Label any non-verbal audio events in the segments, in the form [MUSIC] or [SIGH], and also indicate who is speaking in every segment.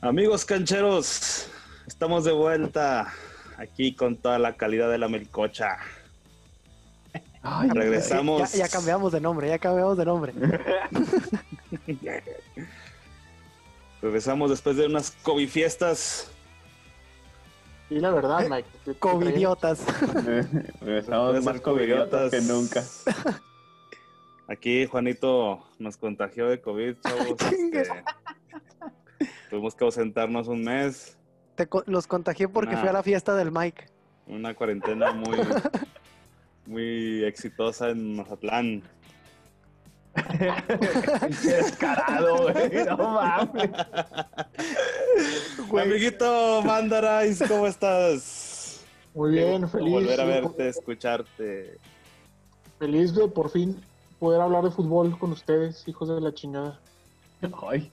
Speaker 1: Amigos cancheros, estamos de vuelta aquí con toda la calidad de la melcocha.
Speaker 2: Ay,
Speaker 1: Regresamos.
Speaker 2: Ya, ya cambiamos de nombre, ya cambiamos de [LAUGHS] nombre.
Speaker 1: Regresamos después de unas COVID fiestas.
Speaker 3: Y la verdad, Mike. te- te
Speaker 2: Eh, Covidiotas.
Speaker 1: Puede
Speaker 4: Regresamos
Speaker 1: ser
Speaker 4: más
Speaker 1: covidiotas.
Speaker 4: covidiotas que nunca.
Speaker 1: [LAUGHS] Aquí Juanito nos contagió de COVID,
Speaker 2: [LAUGHS]
Speaker 1: chavos.
Speaker 2: Chingue.
Speaker 1: Este, tuvimos que ausentarnos un mes.
Speaker 2: Te co- los contagié porque
Speaker 1: Nah.
Speaker 2: fui a la fiesta del Mike.
Speaker 1: Una cuarentena muy, muy exitosa en Mazatlán.
Speaker 4: Pinche descarado, güey. No mames.
Speaker 1: Amiguito Mandarais, ¿cómo estás?
Speaker 3: traía- [LAUGHS] Muy bien,
Speaker 1: Qué gusto
Speaker 3: feliz.
Speaker 1: Volver a
Speaker 3: güey,
Speaker 1: verte, escucharte.
Speaker 3: por- Feliz de por fin poder hablar de fútbol con ustedes, hijos de la chingada.
Speaker 4: Ay,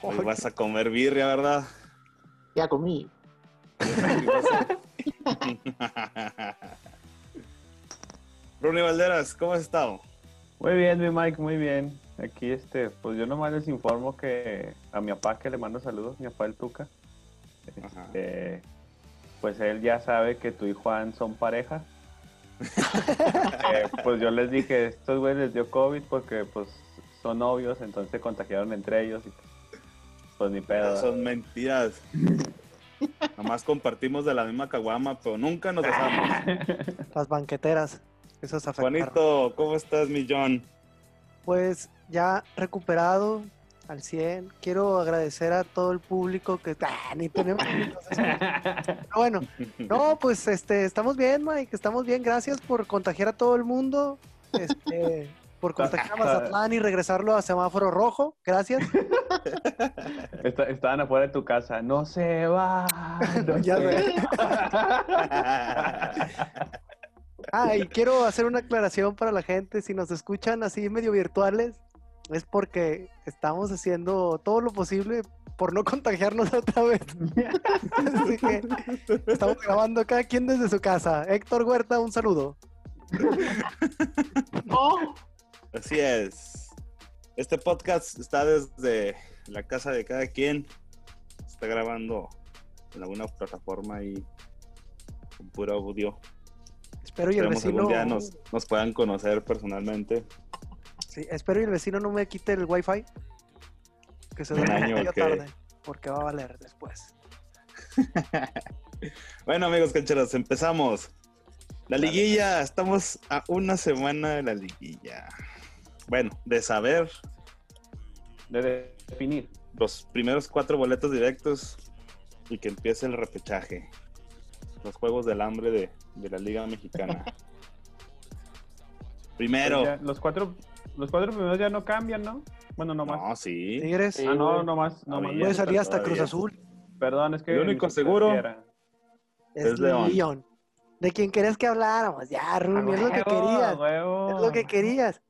Speaker 1: Hoy vas a comer birria, ¿verdad?
Speaker 3: Ya comí.
Speaker 1: Bruni Valderas, ¿cómo has estado?
Speaker 4: Muy bien, mi Mike, muy bien. Aquí, este, pues yo nomás les informo que a mi papá que le mando saludos, mi papá el Tuca.
Speaker 1: Ajá.
Speaker 4: eh, pues él ya sabe que tú y Juan son pareja. Eh, pues yo les dije, estos güeyes les dio COVID porque pues son novios, entonces se contagiaron entre ellos y pues ni pedo.
Speaker 1: Son mentiras. Nomás compartimos de la misma caguama, pero nunca nos dejamos.
Speaker 2: Las banqueteras. Esas afectaron.
Speaker 1: Juanito, ¿cómo estás, mi John?
Speaker 2: Pues ya recuperado al 100. Quiero agradecer a todo el público que Ah, ni [LAUGHS] tenemos. entonces, pero bueno, no, pues este, estamos bien, Mike, estamos bien. Gracias por contagiar a todo el mundo. Este, por contagiar [LAUGHS] a Mazatlán y regresarlo a semáforo rojo. Gracias.
Speaker 4: Está- estaban afuera de tu casa. No se va.
Speaker 2: [LAUGHS]
Speaker 4: no
Speaker 2: Ya
Speaker 4: se
Speaker 2: sé.
Speaker 1: [LAUGHS]
Speaker 2: Ah, y quiero hacer una aclaración para la gente. Si nos escuchan así medio virtuales, es porque estamos haciendo todo lo posible por no contagiarnos [LAUGHS] otra vez. Así que estamos grabando cada quien desde su casa. Héctor Huerta, un saludo.
Speaker 3: ¡No!
Speaker 1: Así es. Este podcast está desde la casa de cada quien. Se Está grabando en alguna plataforma y con puro audio.
Speaker 2: Espero y el
Speaker 1: Esperemos
Speaker 2: vecino.
Speaker 1: algún día nos, nos puedan conocer personalmente.
Speaker 2: sí, espero y el vecino no me quite el wifi. Que se
Speaker 1: Un
Speaker 2: duerma
Speaker 1: año,
Speaker 2: medio
Speaker 1: ok.
Speaker 2: tarde. Porque va a valer después.
Speaker 1: Bueno, amigos cancheros, empezamos. La liguilla, estamos a una semana de la liguilla. Bueno, de saber
Speaker 4: De definir.
Speaker 1: los primeros cuatro boletos directos y que empiece el repechaje. Los Juegos del Hambre de, de la Liga [LAUGHS] Mexicana.
Speaker 4: Ya,
Speaker 1: Primero.
Speaker 4: los cuatro, los cuatro primeros ya no cambian, ¿no? Bueno, nomás.
Speaker 1: No, sí.
Speaker 2: Tigres,
Speaker 3: Sí.
Speaker 4: ah, no, nomás,
Speaker 1: No,
Speaker 4: nomás.
Speaker 1: ya
Speaker 2: puede
Speaker 1: está
Speaker 2: salir hasta
Speaker 1: todavía.
Speaker 2: Cruz Azul.
Speaker 4: Perdón, es que
Speaker 1: El único
Speaker 4: mi computadora
Speaker 1: seguro.
Speaker 4: sí era.
Speaker 2: Es,
Speaker 1: Es León.
Speaker 2: León. De quien querías que habláramos. Ya, Rumi, Mm, es lo
Speaker 1: Ah,
Speaker 2: que
Speaker 4: ¡A
Speaker 2: querías.
Speaker 4: huevo!
Speaker 2: Es lo que querías.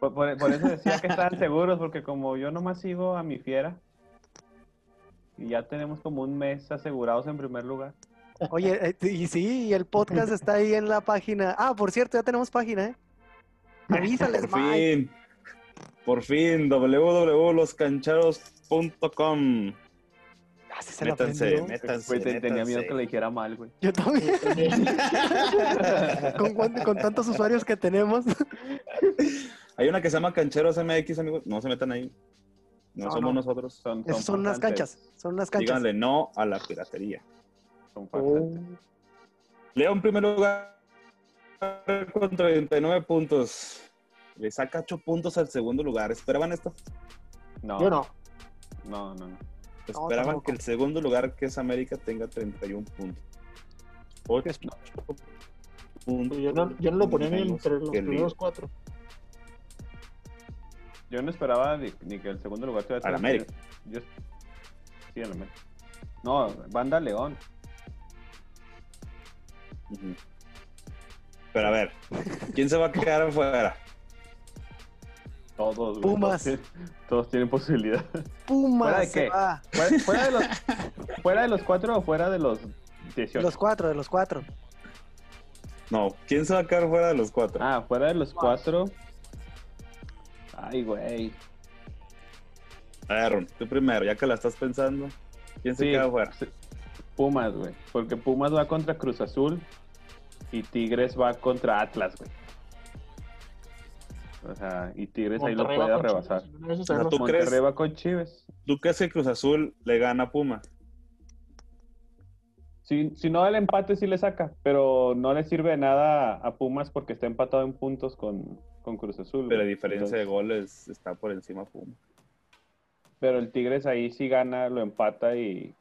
Speaker 4: Por, por- por eso decía que estaban seguros, porque como yo nomás sigo a mi fiera, y ya tenemos como un mes asegurados en primer lugar.
Speaker 2: Oye, eh, y sí, y el podcast está ahí en la página. Ah, por cierto, ya tenemos página, ¿eh? Avísales,
Speaker 1: [LAUGHS] Por
Speaker 2: Mike.
Speaker 1: fin. Por fin, www.loscancharos.com.
Speaker 2: Ah, sí se la
Speaker 1: Métanse,
Speaker 2: aprendió.
Speaker 1: métanse.
Speaker 4: Güey, pues, te- tenía miedo
Speaker 1: métanse.
Speaker 4: que lo dijera mal, güey.
Speaker 2: Yo también, con, cuan- con tantos usuarios que tenemos.
Speaker 1: Hay una que se llama Cancheros MX, amigos. No se metan ahí. No,
Speaker 2: No,
Speaker 1: somos
Speaker 2: no.
Speaker 1: nosotros.
Speaker 4: Son,
Speaker 2: Esas [LAUGHS] son unas
Speaker 4: farsantes,
Speaker 2: canchas, son unas canchas.
Speaker 1: Díganle no a la piratería.
Speaker 4: son
Speaker 3: Oh,
Speaker 4: farsantes.
Speaker 1: León, primer lugar, con 39 puntos. Le saca 8 puntos al segundo lugar. ¿Esperaban esto?
Speaker 4: No,
Speaker 3: Yo no.
Speaker 4: no, no, no.
Speaker 1: Esperaban
Speaker 2: tampoco.
Speaker 1: que el segundo lugar, que es América, tenga 31 puntos. 8 puntos.
Speaker 3: Yo no, yo no lo ponía ni
Speaker 1: menos
Speaker 3: entre los
Speaker 1: que el
Speaker 3: primeros cuatro.
Speaker 4: Yo no esperaba ni, ni que el segundo lugar estuviera
Speaker 1: Al
Speaker 4: tan-
Speaker 1: América.
Speaker 4: Yo- sí, al América. No, banda León.
Speaker 1: Ujú. Pero a ver, ¿quién se va a quedar afuera?
Speaker 4: Todos, güey.
Speaker 2: Pumas.
Speaker 4: Todos, tienen- todos tienen posibilidad.
Speaker 2: Pumas
Speaker 4: ¿Fuera de
Speaker 2: se
Speaker 4: qué?
Speaker 2: va.
Speaker 4: ¿Fuera, fuera de los, ¿Fuera de los cuatro o fuera de los 18?
Speaker 2: Los cuatro, de los cuatro.
Speaker 1: No, ¿quién se va a quedar fuera de los cuatro?
Speaker 4: Ah, fuera de los cuatro. Ay, güey.
Speaker 1: A ver, Ron, tú primero, ya que la estás pensando. ¿Quién se
Speaker 4: Sí,
Speaker 1: queda afuera?
Speaker 4: sí. Pumas, güey. Porque Pumas va contra Cruz Azul y Tigres va contra Atlas, güey. O sea, y Tigres ahí lo
Speaker 3: Monterrey
Speaker 4: puede
Speaker 3: va con
Speaker 4: rebasar.
Speaker 3: Chivas, no es
Speaker 1: O sea,
Speaker 3: hacerlo.
Speaker 1: ¿tú
Speaker 4: Monterrey
Speaker 1: crees?
Speaker 4: va con Chives.
Speaker 1: ¿Tú crees que Cruz Azul le gana a Puma?
Speaker 4: Si, si no, el empate sí le saca, pero no le sirve de nada a Pumas porque está empatado en puntos con, con Cruz Azul.
Speaker 1: Pero la
Speaker 4: güey.
Speaker 1: diferencia de
Speaker 4: Entonces,
Speaker 1: goles está por encima Puma.
Speaker 4: Pero el Tigres ahí sí gana, lo empata y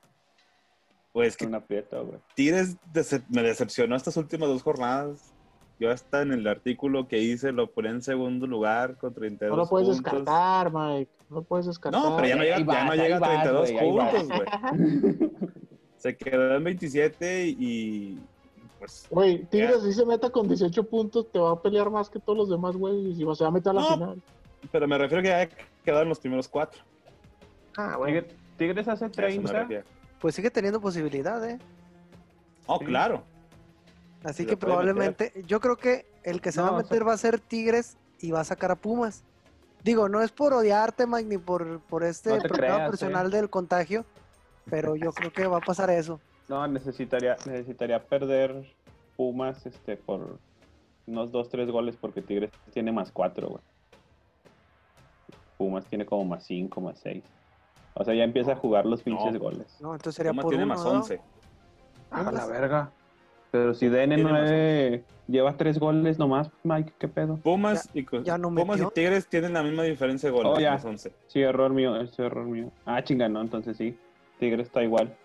Speaker 1: Pues es
Speaker 4: es
Speaker 1: que
Speaker 4: un aprieto, güey.
Speaker 1: Tigres decep- me decepcionó estas últimas dos jornadas. Yo hasta en el artículo que hice lo pone en segundo lugar con 32
Speaker 3: No lo puedes
Speaker 1: puntos.
Speaker 3: descartar, Mike. No lo puedes descartar.
Speaker 1: No, pero ya no llega,
Speaker 4: Ahí
Speaker 1: ya no
Speaker 4: vas,
Speaker 1: llega
Speaker 4: ahí
Speaker 1: a
Speaker 4: vas,
Speaker 1: 32
Speaker 4: güey, ahí vas.
Speaker 1: puntos, güey. Se quedó en 27 y pues
Speaker 3: Güey, Tigres si se meta con 18 puntos, te va a pelear más que todos los demás, güey. Y si se va a meter a la
Speaker 1: No.
Speaker 3: final.
Speaker 1: pero me refiero que ya quedaron los primeros cuatro.
Speaker 3: Ah, güey.
Speaker 4: Tigre- Tigres hace
Speaker 1: A eso me
Speaker 4: 30.
Speaker 1: refiero.
Speaker 2: Pues sigue teniendo posibilidad, ¿eh?
Speaker 1: Oh,
Speaker 4: Sí.
Speaker 1: claro.
Speaker 2: Así
Speaker 1: Y
Speaker 2: que
Speaker 1: la puede
Speaker 2: probablemente, yo creo que el que se va
Speaker 4: No,
Speaker 2: a
Speaker 4: o
Speaker 2: meter
Speaker 4: sea-
Speaker 2: va a ser Tigres y va a sacar a Pumas. Digo, no es por odiarte, Mike, ni por, por este
Speaker 4: No te
Speaker 2: problema
Speaker 4: creas, eh.
Speaker 2: personal del contagio, pero yo creo que va a pasar eso.
Speaker 4: No, necesitaría, necesitaría perder Pumas este, por unos 2, 3 goles porque Tigres tiene más 4, güey. Pumas tiene como más 5, más 6. O sea, ya empieza a jugar los pinches
Speaker 1: No.
Speaker 4: goles.
Speaker 2: ¿no? Entonces sería
Speaker 1: Puma
Speaker 2: por
Speaker 1: tiene
Speaker 2: uno, Ah, pues,
Speaker 1: más
Speaker 2: ¿no?
Speaker 1: 11.
Speaker 4: A la verga. Pero si DN9
Speaker 1: Tiene más
Speaker 4: lleva 3 goles nomás, Mike, ¿qué pedo?
Speaker 1: Pumas, y, Cruz-
Speaker 2: ya no
Speaker 1: Pumas y
Speaker 2: metió.
Speaker 1: Tigres tienen la misma diferencia de goles,
Speaker 4: Oh, ya.
Speaker 1: más 11.
Speaker 4: Sí, error mío, es error mío. Ah, chinga, no, entonces sí. Tigres está igual.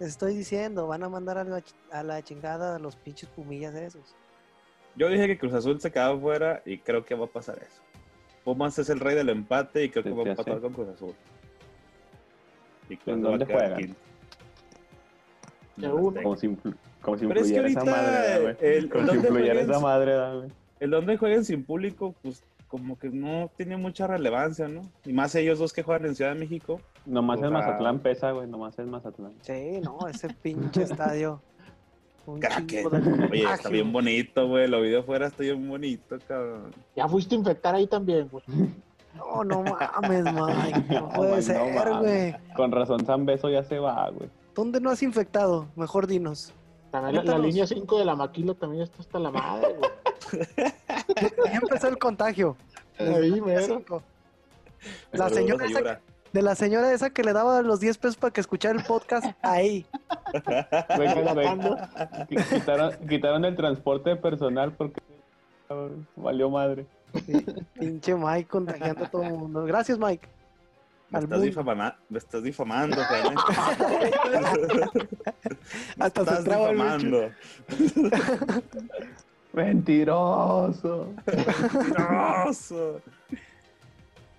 Speaker 2: Les estoy diciendo, van a mandar a la, ch- a la chingada a los pinches pumillas esos.
Speaker 1: Yo dije que Cruz Azul se quedaba fuera y creo que va a pasar eso. Pumas es el rey del empate y creo que
Speaker 4: ¿Se
Speaker 1: va a
Speaker 4: te
Speaker 1: empatar
Speaker 4: hace?
Speaker 1: con Cruz Azul. ¿Y
Speaker 4: ¿En
Speaker 1: Cruz Azul va a
Speaker 4: dónde
Speaker 1: quedar
Speaker 4: juegan?
Speaker 1: quinto.
Speaker 3: Ya
Speaker 1: No,
Speaker 3: uno.
Speaker 1: tengo.
Speaker 4: Como si, influ- como si
Speaker 1: Pero es que
Speaker 4: influyera esa
Speaker 1: ahorita
Speaker 4: madre, güey.
Speaker 1: el-
Speaker 4: Como
Speaker 1: ¿dónde
Speaker 4: si influyera
Speaker 1: juegas?
Speaker 4: esa madre, güey.
Speaker 1: El donde jueguen sin público, pues como que no tiene mucha relevancia, ¿no? Y más ellos dos que juegan en Ciudad de México.
Speaker 4: Nomás
Speaker 1: Ojalá.
Speaker 4: el Mazatlán pesa, güey. Nomás el Mazatlán.
Speaker 2: Sí, no, ese [LAUGHS] pinche estadio. Un
Speaker 1: Cara, que-
Speaker 4: eh.
Speaker 2: chingo de [LAUGHS]
Speaker 1: Oye, está
Speaker 2: contagio.
Speaker 1: bien bonito, güey. Lo video fuera está bien bonito, cabrón.
Speaker 3: Ya fuiste a infectar ahí también, güey.
Speaker 2: No, no mames, Mike. No
Speaker 4: [LAUGHS] No,
Speaker 2: puede
Speaker 4: Mike, no
Speaker 2: ser,
Speaker 4: mames.
Speaker 2: güey.
Speaker 4: Con razón, San Beso ya se va, güey.
Speaker 2: ¿Dónde no has infectado? Mejor dinos.
Speaker 3: También la, la
Speaker 2: Cuéntanos.
Speaker 3: línea 5 de la maquila también está hasta la madre, güey.
Speaker 2: Ahí empezó el contagio.
Speaker 3: Ahí, mero.
Speaker 2: Cinco. La
Speaker 1: Saludos,
Speaker 2: señora esa-
Speaker 1: Ayura.
Speaker 2: De la señora esa que le daba los 10 pesos para que escuchara el podcast, ahí.
Speaker 1: [LAUGHS]
Speaker 4: Güey, güey,
Speaker 3: Relatando.
Speaker 4: qui- quitaron, quitaron el transporte personal porque valió madre.
Speaker 2: Pinche Mike contagiando a todo el mundo. Gracias, Mike.
Speaker 1: Me
Speaker 2: al
Speaker 1: estás,
Speaker 2: mundo.
Speaker 1: difama- me estás
Speaker 2: [LAUGHS]
Speaker 1: difamando, Jaime. Me
Speaker 2: Hasta se
Speaker 1: estás
Speaker 2: traba el bicho.
Speaker 1: difamando.
Speaker 4: Mentiroso.
Speaker 1: Mentiroso.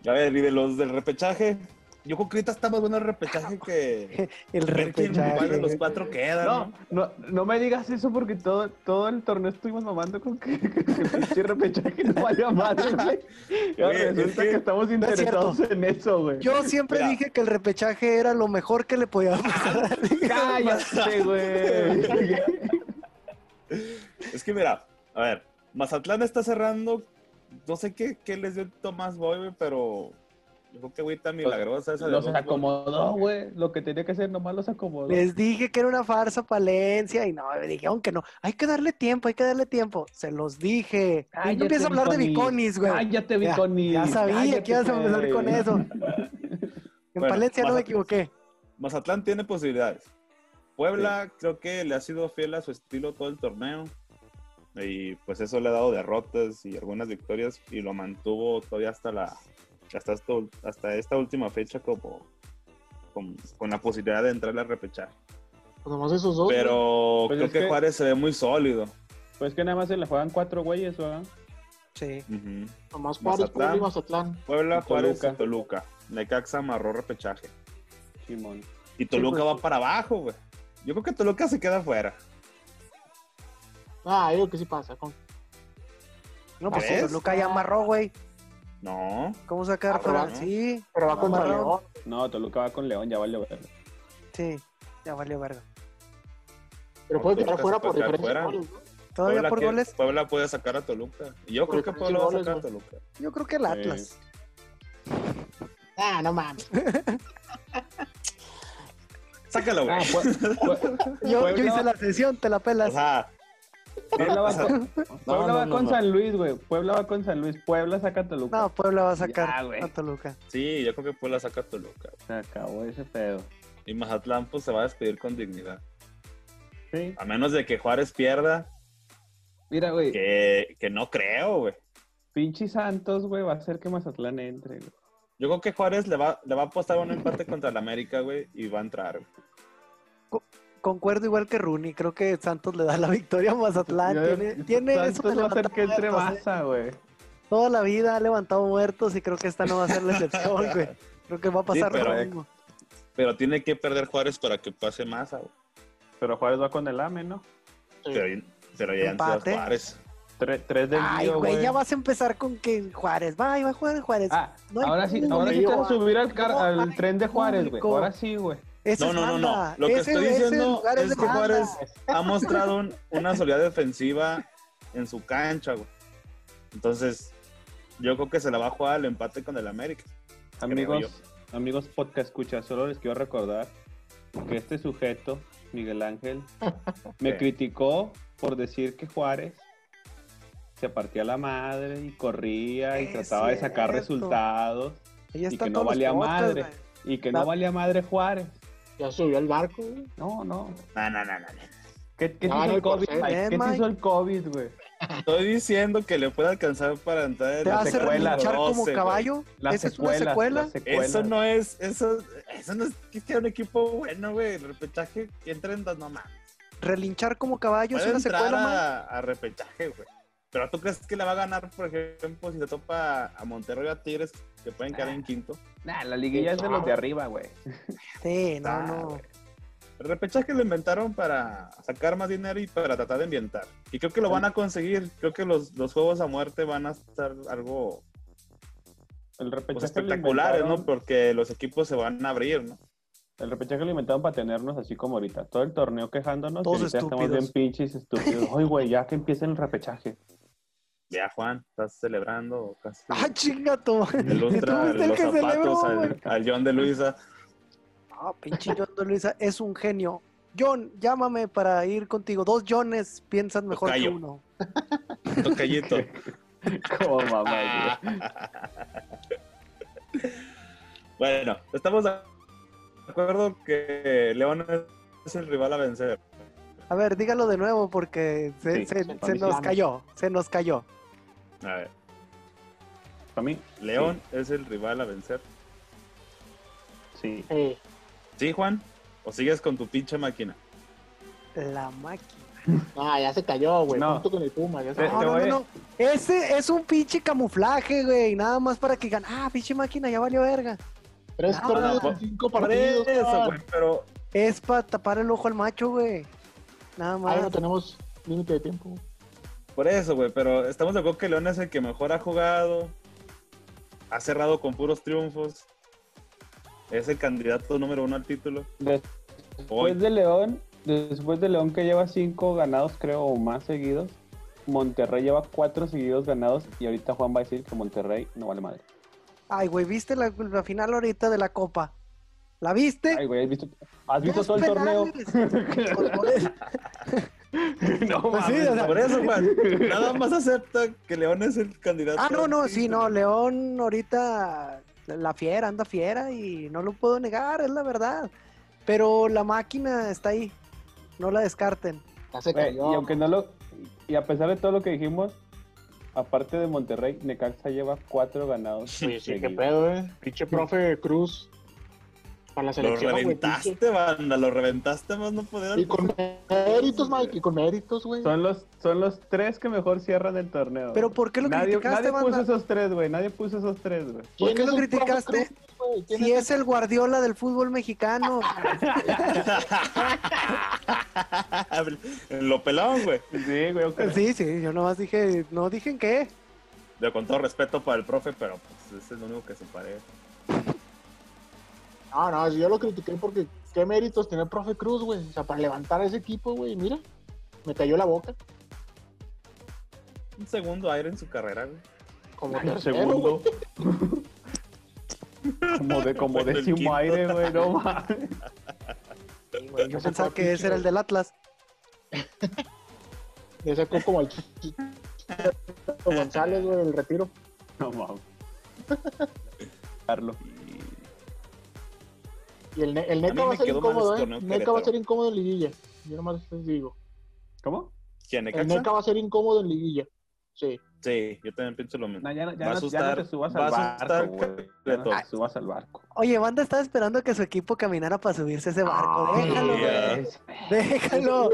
Speaker 1: A ver, y de los del repechaje. Yo creo que ahorita está más bueno el repechaje que.
Speaker 2: El
Speaker 1: ver quién- ¿Cuál de los
Speaker 2: repechaje.
Speaker 1: cuatro queda?
Speaker 4: No,
Speaker 1: ¿no?
Speaker 4: no, no me digas eso porque todo, todo el torneo estuvimos mamando con que, [LAUGHS] que, que el pinche repechaje no
Speaker 2: [LAUGHS]
Speaker 4: valió madre, güey. Y ahora
Speaker 1: Güey, es
Speaker 4: resulta
Speaker 1: que-
Speaker 4: que estamos
Speaker 2: es cierto.
Speaker 4: interesados en eso, güey.
Speaker 2: Yo siempre
Speaker 1: Mira.
Speaker 2: dije que el repechaje era lo mejor que le podía pasar.
Speaker 4: [LAUGHS]
Speaker 2: [LAUGHS]
Speaker 4: Cállate, güey.
Speaker 1: Es que mira, a ver, Mazatlán está cerrando. No sé qué, qué les dio Tomás Boy, güey, pero. Yo creo que agüita milagrosa esa de
Speaker 4: Los
Speaker 1: dos goles.
Speaker 4: acomodó, güey. Lo que tenía que hacer nomás los acomodó.
Speaker 2: Les dije que era una farsa palencia y no, me dijeron que no. Hay que darle tiempo, hay que darle tiempo. Se los dije. Y
Speaker 4: Cállate,
Speaker 2: no empiezo a hablar de
Speaker 4: Biconis.
Speaker 2: biconis, güey.
Speaker 4: Cállate,
Speaker 2: Ya-
Speaker 4: Biconi.
Speaker 2: Ya sabía que ibas a empezar con eso. En
Speaker 1: Bueno,
Speaker 2: Palencia no
Speaker 1: vas
Speaker 2: me
Speaker 1: a-
Speaker 2: equivoqué.
Speaker 1: Mazatlán tiene posibilidades. Puebla creo que le ha sido fiel a su estilo todo el torneo. Y pues eso le ha dado derrotas y algunas victorias y lo mantuvo todavía hasta la hasta, esto- hasta esta última fecha como con, con la posibilidad de entrar a repechar.
Speaker 3: Pues nomás esos dos. güey.
Speaker 1: Pero
Speaker 4: Pues
Speaker 1: creo
Speaker 4: es
Speaker 1: que,
Speaker 4: que-
Speaker 1: Juárez se ve muy sólido.
Speaker 4: Pues que nada más se le juegan cuatro güeyes, ¿verdad?
Speaker 2: Sí.
Speaker 1: Ujú.
Speaker 3: Nomás Juárez,
Speaker 1: Mazatlán.
Speaker 3: Puebla y Mazatlán.
Speaker 1: Puebla,
Speaker 4: Y
Speaker 1: Juárez y
Speaker 4: Toluca.
Speaker 1: Toluca. Necaxa amarró repechaje.
Speaker 4: Simón.
Speaker 1: Y Toluca
Speaker 2: pues,
Speaker 1: va
Speaker 2: sí.
Speaker 1: para abajo, güey. Yo creo que Toluca se queda afuera.
Speaker 3: Ah, digo que sí pasa. Con...
Speaker 2: No, pues
Speaker 1: ¿Ves?
Speaker 2: Toluca ya amarró, güey.
Speaker 1: No.
Speaker 2: ¿Cómo sacar
Speaker 3: Ah,
Speaker 2: fuera?
Speaker 1: ¿no?
Speaker 2: Sí,
Speaker 3: Pero va contra
Speaker 2: Amarrado.
Speaker 3: León.
Speaker 4: No, Toluca va con León, ya vale verga.
Speaker 2: sí. Ya valió verga.
Speaker 3: Pero puede
Speaker 1: Toluca
Speaker 3: quedar
Speaker 1: se
Speaker 3: fuera
Speaker 1: puede
Speaker 3: por
Speaker 1: quedar
Speaker 3: diferencia. de
Speaker 1: fuera.
Speaker 3: goles, ¿no?
Speaker 2: Todavía
Speaker 1: Puebla
Speaker 2: por
Speaker 1: que-
Speaker 2: goles,
Speaker 1: Puebla puede sacar a Toluca. Y yo
Speaker 3: Por
Speaker 1: creo que
Speaker 3: diferencia de
Speaker 1: Puebla va a
Speaker 3: goles,
Speaker 1: sacar a
Speaker 3: ¿no?
Speaker 1: Toluca.
Speaker 2: yo creo que el Atlas.
Speaker 3: Ah, no mames.
Speaker 1: Sácalo, güey.
Speaker 4: Ah, Pue- Pue-
Speaker 2: Yo, yo
Speaker 4: Puebla-
Speaker 2: hice la sesión, te la
Speaker 1: o
Speaker 3: Ah,
Speaker 2: pelas.
Speaker 1: sea,
Speaker 4: Puebla va
Speaker 1: o sea,
Speaker 4: con, Puebla
Speaker 5: no,
Speaker 4: va
Speaker 5: no,
Speaker 4: con
Speaker 5: no.
Speaker 4: San Luis, güey. Puebla va con San Luis. Puebla saca a Toluca.
Speaker 2: No, Puebla va a
Speaker 4: Ya,
Speaker 2: sacar
Speaker 4: güey.
Speaker 2: a Toluca.
Speaker 1: sí, yo creo que Puebla saca a Toluca.
Speaker 4: Se acabó ese pedo.
Speaker 1: Y Mazatlán pues se va a despedir con dignidad.
Speaker 4: Sí.
Speaker 1: A menos de que Juárez pierda,
Speaker 4: Mira, güey.
Speaker 1: que, que no creo, güey.
Speaker 4: Pinche Santos, güey, va a hacer que Mazatlán entre. güey.
Speaker 1: Yo creo que Juárez le va, le va a apostar un empate contra el América, güey, y va a entrar, güey.
Speaker 2: Concuerdo igual que Rooney, creo que Santos le da la victoria a Mazatlán.
Speaker 4: Yo-
Speaker 2: tiene tiene eso de
Speaker 4: Santos va a hacer
Speaker 2: levantar
Speaker 4: que entre
Speaker 2: muertos, ¿eh?
Speaker 4: Maza, güey.
Speaker 2: Toda la vida ha levantado muertos y creo que esta no va a ser
Speaker 1: [LAUGHS]
Speaker 2: la excepción, güey. Creo que va a pasar
Speaker 1: pero-
Speaker 2: lo mismo.
Speaker 1: Pero tiene que perder Juárez para que pase más, güey.
Speaker 4: Pero Juárez va con el AME, ¿no?
Speaker 1: Pero, pero ya en Ciudad
Speaker 2: Empate.
Speaker 1: Juárez.
Speaker 4: Tre- tres del
Speaker 2: Ay,
Speaker 4: Guío,
Speaker 2: güey, ya vas a empezar con que Juárez. Va, y va a jugar en Juárez.
Speaker 4: Ah,
Speaker 2: No hay
Speaker 4: ahora sí,
Speaker 2: público.
Speaker 4: ahora sí te vas a subir al, car-
Speaker 2: No
Speaker 4: al
Speaker 2: hay
Speaker 4: tren de Juárez, güey.
Speaker 2: público.
Speaker 4: Ahora sí, güey.
Speaker 2: Ese
Speaker 1: No,
Speaker 2: es
Speaker 1: no, no, no.
Speaker 2: banda.
Speaker 1: Lo que
Speaker 2: Ese-
Speaker 1: estoy
Speaker 2: ese
Speaker 1: diciendo
Speaker 2: lugar
Speaker 1: es
Speaker 2: de
Speaker 1: que
Speaker 2: banda.
Speaker 1: Juárez ha mostrado un- una solidez defensiva en su cancha, güey. Entonces, yo creo que se la va a jugar al empate con el América.
Speaker 4: Amigos, amigos podcast escucha, solo les quiero recordar que este sujeto, Miguel [LAUGHS] Ángel, me
Speaker 1: Sí.
Speaker 4: criticó por decir que Juárez se partía la madre y corría y
Speaker 2: Es
Speaker 4: trataba de sacar
Speaker 2: cierto.
Speaker 4: resultados
Speaker 2: Ahí están
Speaker 4: que no
Speaker 2: todos los
Speaker 4: valía
Speaker 2: podcasts,
Speaker 4: madre.
Speaker 2: güey.
Speaker 4: y que no
Speaker 2: La-
Speaker 4: valía madre Juárez.
Speaker 3: Ya subió al barco, güey.
Speaker 4: No, no.
Speaker 1: No, no, no, no, no.
Speaker 4: ¿Qué, qué te
Speaker 3: Ah,
Speaker 4: hizo
Speaker 3: no,
Speaker 4: el COVID,
Speaker 3: José.
Speaker 4: Mike?
Speaker 2: Eh,
Speaker 4: ¿Qué te
Speaker 2: Mike.
Speaker 4: hizo el COVID, güey?
Speaker 1: Estoy diciendo que le puede alcanzar para entrar en
Speaker 2: Te
Speaker 1: la
Speaker 2: hace
Speaker 4: secuela,
Speaker 2: relinchar como
Speaker 1: 12, güey.
Speaker 2: caballo.
Speaker 4: Las
Speaker 2: Esa es una
Speaker 4: secuelas,
Speaker 2: secuela.
Speaker 4: las secuelas.
Speaker 1: Eso no es, eso, eso no es que sea un equipo bueno, güey. El repechaje que entra en dos nomás.
Speaker 2: Relinchar como caballo es
Speaker 1: Puede
Speaker 2: una
Speaker 1: entrar
Speaker 2: secuela, Mike.
Speaker 1: a, a repechaje, güey. Pero tú crees que la va a ganar, por ejemplo, si se topa a Monterrey o a Tigres, que pueden quedar
Speaker 2: Ah,
Speaker 1: en quinto.
Speaker 4: Nah, la liguilla es de los de arriba, güey.
Speaker 2: Sí, no,
Speaker 1: Ah,
Speaker 2: no.
Speaker 1: güey. El repechaje lo inventaron para sacar más dinero y para tratar de ambientar. Y creo que lo van a conseguir. Creo que los, los juegos a muerte van a estar algo pues,
Speaker 4: El repechaje lo
Speaker 1: espectaculares,
Speaker 4: inventaron-
Speaker 1: ¿no? Porque los equipos se van a abrir, ¿no?
Speaker 4: El repechaje lo inventaron para tenernos así como ahorita. Todo el torneo quejándonos.
Speaker 2: Todos
Speaker 4: y ahorita estamos
Speaker 2: estúpidos.
Speaker 4: bien pinches estúpidos.
Speaker 2: [LAUGHS]
Speaker 4: Ay, güey, ya que empiece el repechaje.
Speaker 1: Ya, Juan, estás celebrando casi.
Speaker 2: [LAUGHS] Ah, chinga tu madre.
Speaker 1: Ilustra
Speaker 2: [LAUGHS] fuiste el
Speaker 1: los
Speaker 2: que
Speaker 1: zapatos
Speaker 2: celebró,
Speaker 1: al,
Speaker 2: güey.
Speaker 1: al John de Luisa.
Speaker 2: No, pinche John de Luisa es un genio. John, llámame para ir contigo. Dos Johnes piensan mejor que
Speaker 1: Tocayo.
Speaker 2: uno.
Speaker 1: Tocallito.
Speaker 4: Como mamá, güey.
Speaker 1: [LAUGHS] Bueno, estamos de acuerdo que León es el rival a vencer.
Speaker 2: A ver, dígalo de nuevo porque se,
Speaker 4: Sí,
Speaker 2: se-
Speaker 4: sí,
Speaker 2: se nos
Speaker 3: vamos.
Speaker 2: cayó. Se nos cayó.
Speaker 1: A ver,
Speaker 4: Para mí,
Speaker 1: León es el rival a vencer.
Speaker 4: sí.
Speaker 3: Eh,
Speaker 1: ¿Sí, Juan? ¿O sigues con tu pinche máquina?
Speaker 2: La máquina.
Speaker 3: ah, ya se cayó, güey.
Speaker 4: No.
Speaker 3: Junto con el Puma, ya se
Speaker 4: Te-
Speaker 2: No,
Speaker 4: te
Speaker 2: no,
Speaker 4: voy
Speaker 2: no,
Speaker 4: a-
Speaker 2: no. Ese es un pinche camuflaje, güey. Nada más para que digan, ah, pinche máquina, ya valió verga.
Speaker 3: Tres
Speaker 2: no,
Speaker 3: torneos
Speaker 1: no,
Speaker 3: en cinco
Speaker 1: Por
Speaker 3: partidos.
Speaker 1: eso,
Speaker 3: ah.
Speaker 1: güey, pero
Speaker 2: Es para tapar el ojo al macho, güey. Nada
Speaker 3: Ahí
Speaker 2: más.
Speaker 3: no tenemos límite de tiempo.
Speaker 1: Por eso, güey, pero estamos de acuerdo que León es el que mejor ha jugado, ha cerrado con puros triunfos, es el candidato número uno al título.
Speaker 4: Después
Speaker 1: Hoy, Pues,
Speaker 4: de León, después de León que lleva cinco ganados, creo, o más seguidos, Monterrey lleva cuatro seguidos ganados y ahorita Juan va a decir que Monterrey no vale madre.
Speaker 2: Ay, güey, ¿viste la, la final ahorita de la copa? ¿La viste?
Speaker 4: Ay, güey, ¿has visto, has visto
Speaker 2: Dos
Speaker 4: todo el torneo?
Speaker 2: penales. Por- por
Speaker 4: [LAUGHS]
Speaker 2: eso.
Speaker 4: no,
Speaker 2: Pues sí,
Speaker 4: mames,
Speaker 2: o sea,
Speaker 1: por eso, güey, nada más acepta que León es el candidato.
Speaker 2: Ah, no,
Speaker 1: al
Speaker 2: no,
Speaker 1: título.
Speaker 2: sí, no. León ahorita la fiera, anda fiera y no lo puedo negar, es la verdad. Pero la máquina está ahí. No la descarten.
Speaker 3: Ya se
Speaker 4: Güey,
Speaker 3: cayó.
Speaker 4: y aunque no lo y a pesar de todo lo que dijimos, aparte de Monterrey, Necaxa lleva cuatro ganados.
Speaker 3: Oye, sí, qué
Speaker 4: seguidos.
Speaker 3: pedo, eh. Pinche profe Cruz. Para
Speaker 1: Lo
Speaker 3: la selección, güey,
Speaker 1: reventaste,
Speaker 3: pinche.
Speaker 1: banda, lo reventaste más no poder.
Speaker 3: Y con méritos, Mike, y con méritos, güey.
Speaker 4: Son los, son los tres que mejor cierran el torneo.
Speaker 2: Pero
Speaker 4: güey.
Speaker 2: ¿por qué lo
Speaker 4: nadie,
Speaker 2: criticaste,
Speaker 4: nadie puso
Speaker 2: banda?
Speaker 4: esos tres, güey. Nadie puso esos tres, güey.
Speaker 2: ¿Por
Speaker 3: ¿Quién
Speaker 2: qué
Speaker 3: es
Speaker 2: lo
Speaker 3: el profe
Speaker 2: criticaste?
Speaker 3: Cruz, güey? ¿Quién
Speaker 2: Si
Speaker 3: es
Speaker 2: es el Guardiola del fútbol
Speaker 3: [LAUGHS]
Speaker 2: mexicano.
Speaker 1: [LAUGHS] lo pelón, güey.
Speaker 4: Sí, güey. ok.
Speaker 2: Sí, sí, yo nomás dije, no dije en qué.
Speaker 1: Yo con todo respeto para el profe, pero pues es el único que se parece.
Speaker 3: No, Ah, no, yo lo critiqué porque qué méritos tenía el profe Cruz, güey. O sea, para levantar a ese equipo, güey, mira, me cayó la boca.
Speaker 1: Un segundo aire en su carrera, güey.
Speaker 3: Como
Speaker 4: El
Speaker 3: tercero,
Speaker 4: segundo.
Speaker 1: [LAUGHS]
Speaker 3: güey.
Speaker 4: como de como
Speaker 1: Bueno, el
Speaker 4: décimo
Speaker 1: quinto.
Speaker 4: aire, güey. No mames.
Speaker 2: güey. Yo
Speaker 3: Es el
Speaker 2: pensaba que
Speaker 3: papi,
Speaker 2: ese era el del Atlas.
Speaker 3: Le sacó como al Chiquito González, güey, el retiro.
Speaker 4: [LAUGHS] No mames. Carlos.
Speaker 3: Y el, ne- el
Speaker 1: A mí
Speaker 3: Neca va
Speaker 1: me
Speaker 3: a ser
Speaker 1: quedó mal
Speaker 3: incómodo,
Speaker 1: ese
Speaker 3: ¿eh?
Speaker 1: torneo
Speaker 3: Neca va a
Speaker 1: Querétaro.
Speaker 3: ser incómodo en liguilla. Yo nomás les digo.
Speaker 4: ¿Cómo?
Speaker 1: ¿Quién,
Speaker 3: El
Speaker 1: Necaxa?
Speaker 3: Neca va a ser incómodo en liguilla. Sí.
Speaker 1: Sí, yo también pienso lo mismo.
Speaker 4: No, ya, no- ya
Speaker 1: Va a
Speaker 4: no, ya no
Speaker 1: asustar-
Speaker 4: te subas
Speaker 1: va
Speaker 4: al
Speaker 1: a asustar
Speaker 4: barco, güey. Ya no te
Speaker 1: completo.
Speaker 4: subas al barco.
Speaker 2: Oye, Banda estaba esperando que su equipo caminara para subirse a ese
Speaker 3: Ah,
Speaker 2: barco.
Speaker 4: Ay,
Speaker 2: Déjalo,
Speaker 1: Ah, ya.
Speaker 2: güey.
Speaker 4: es-
Speaker 2: Déjalo.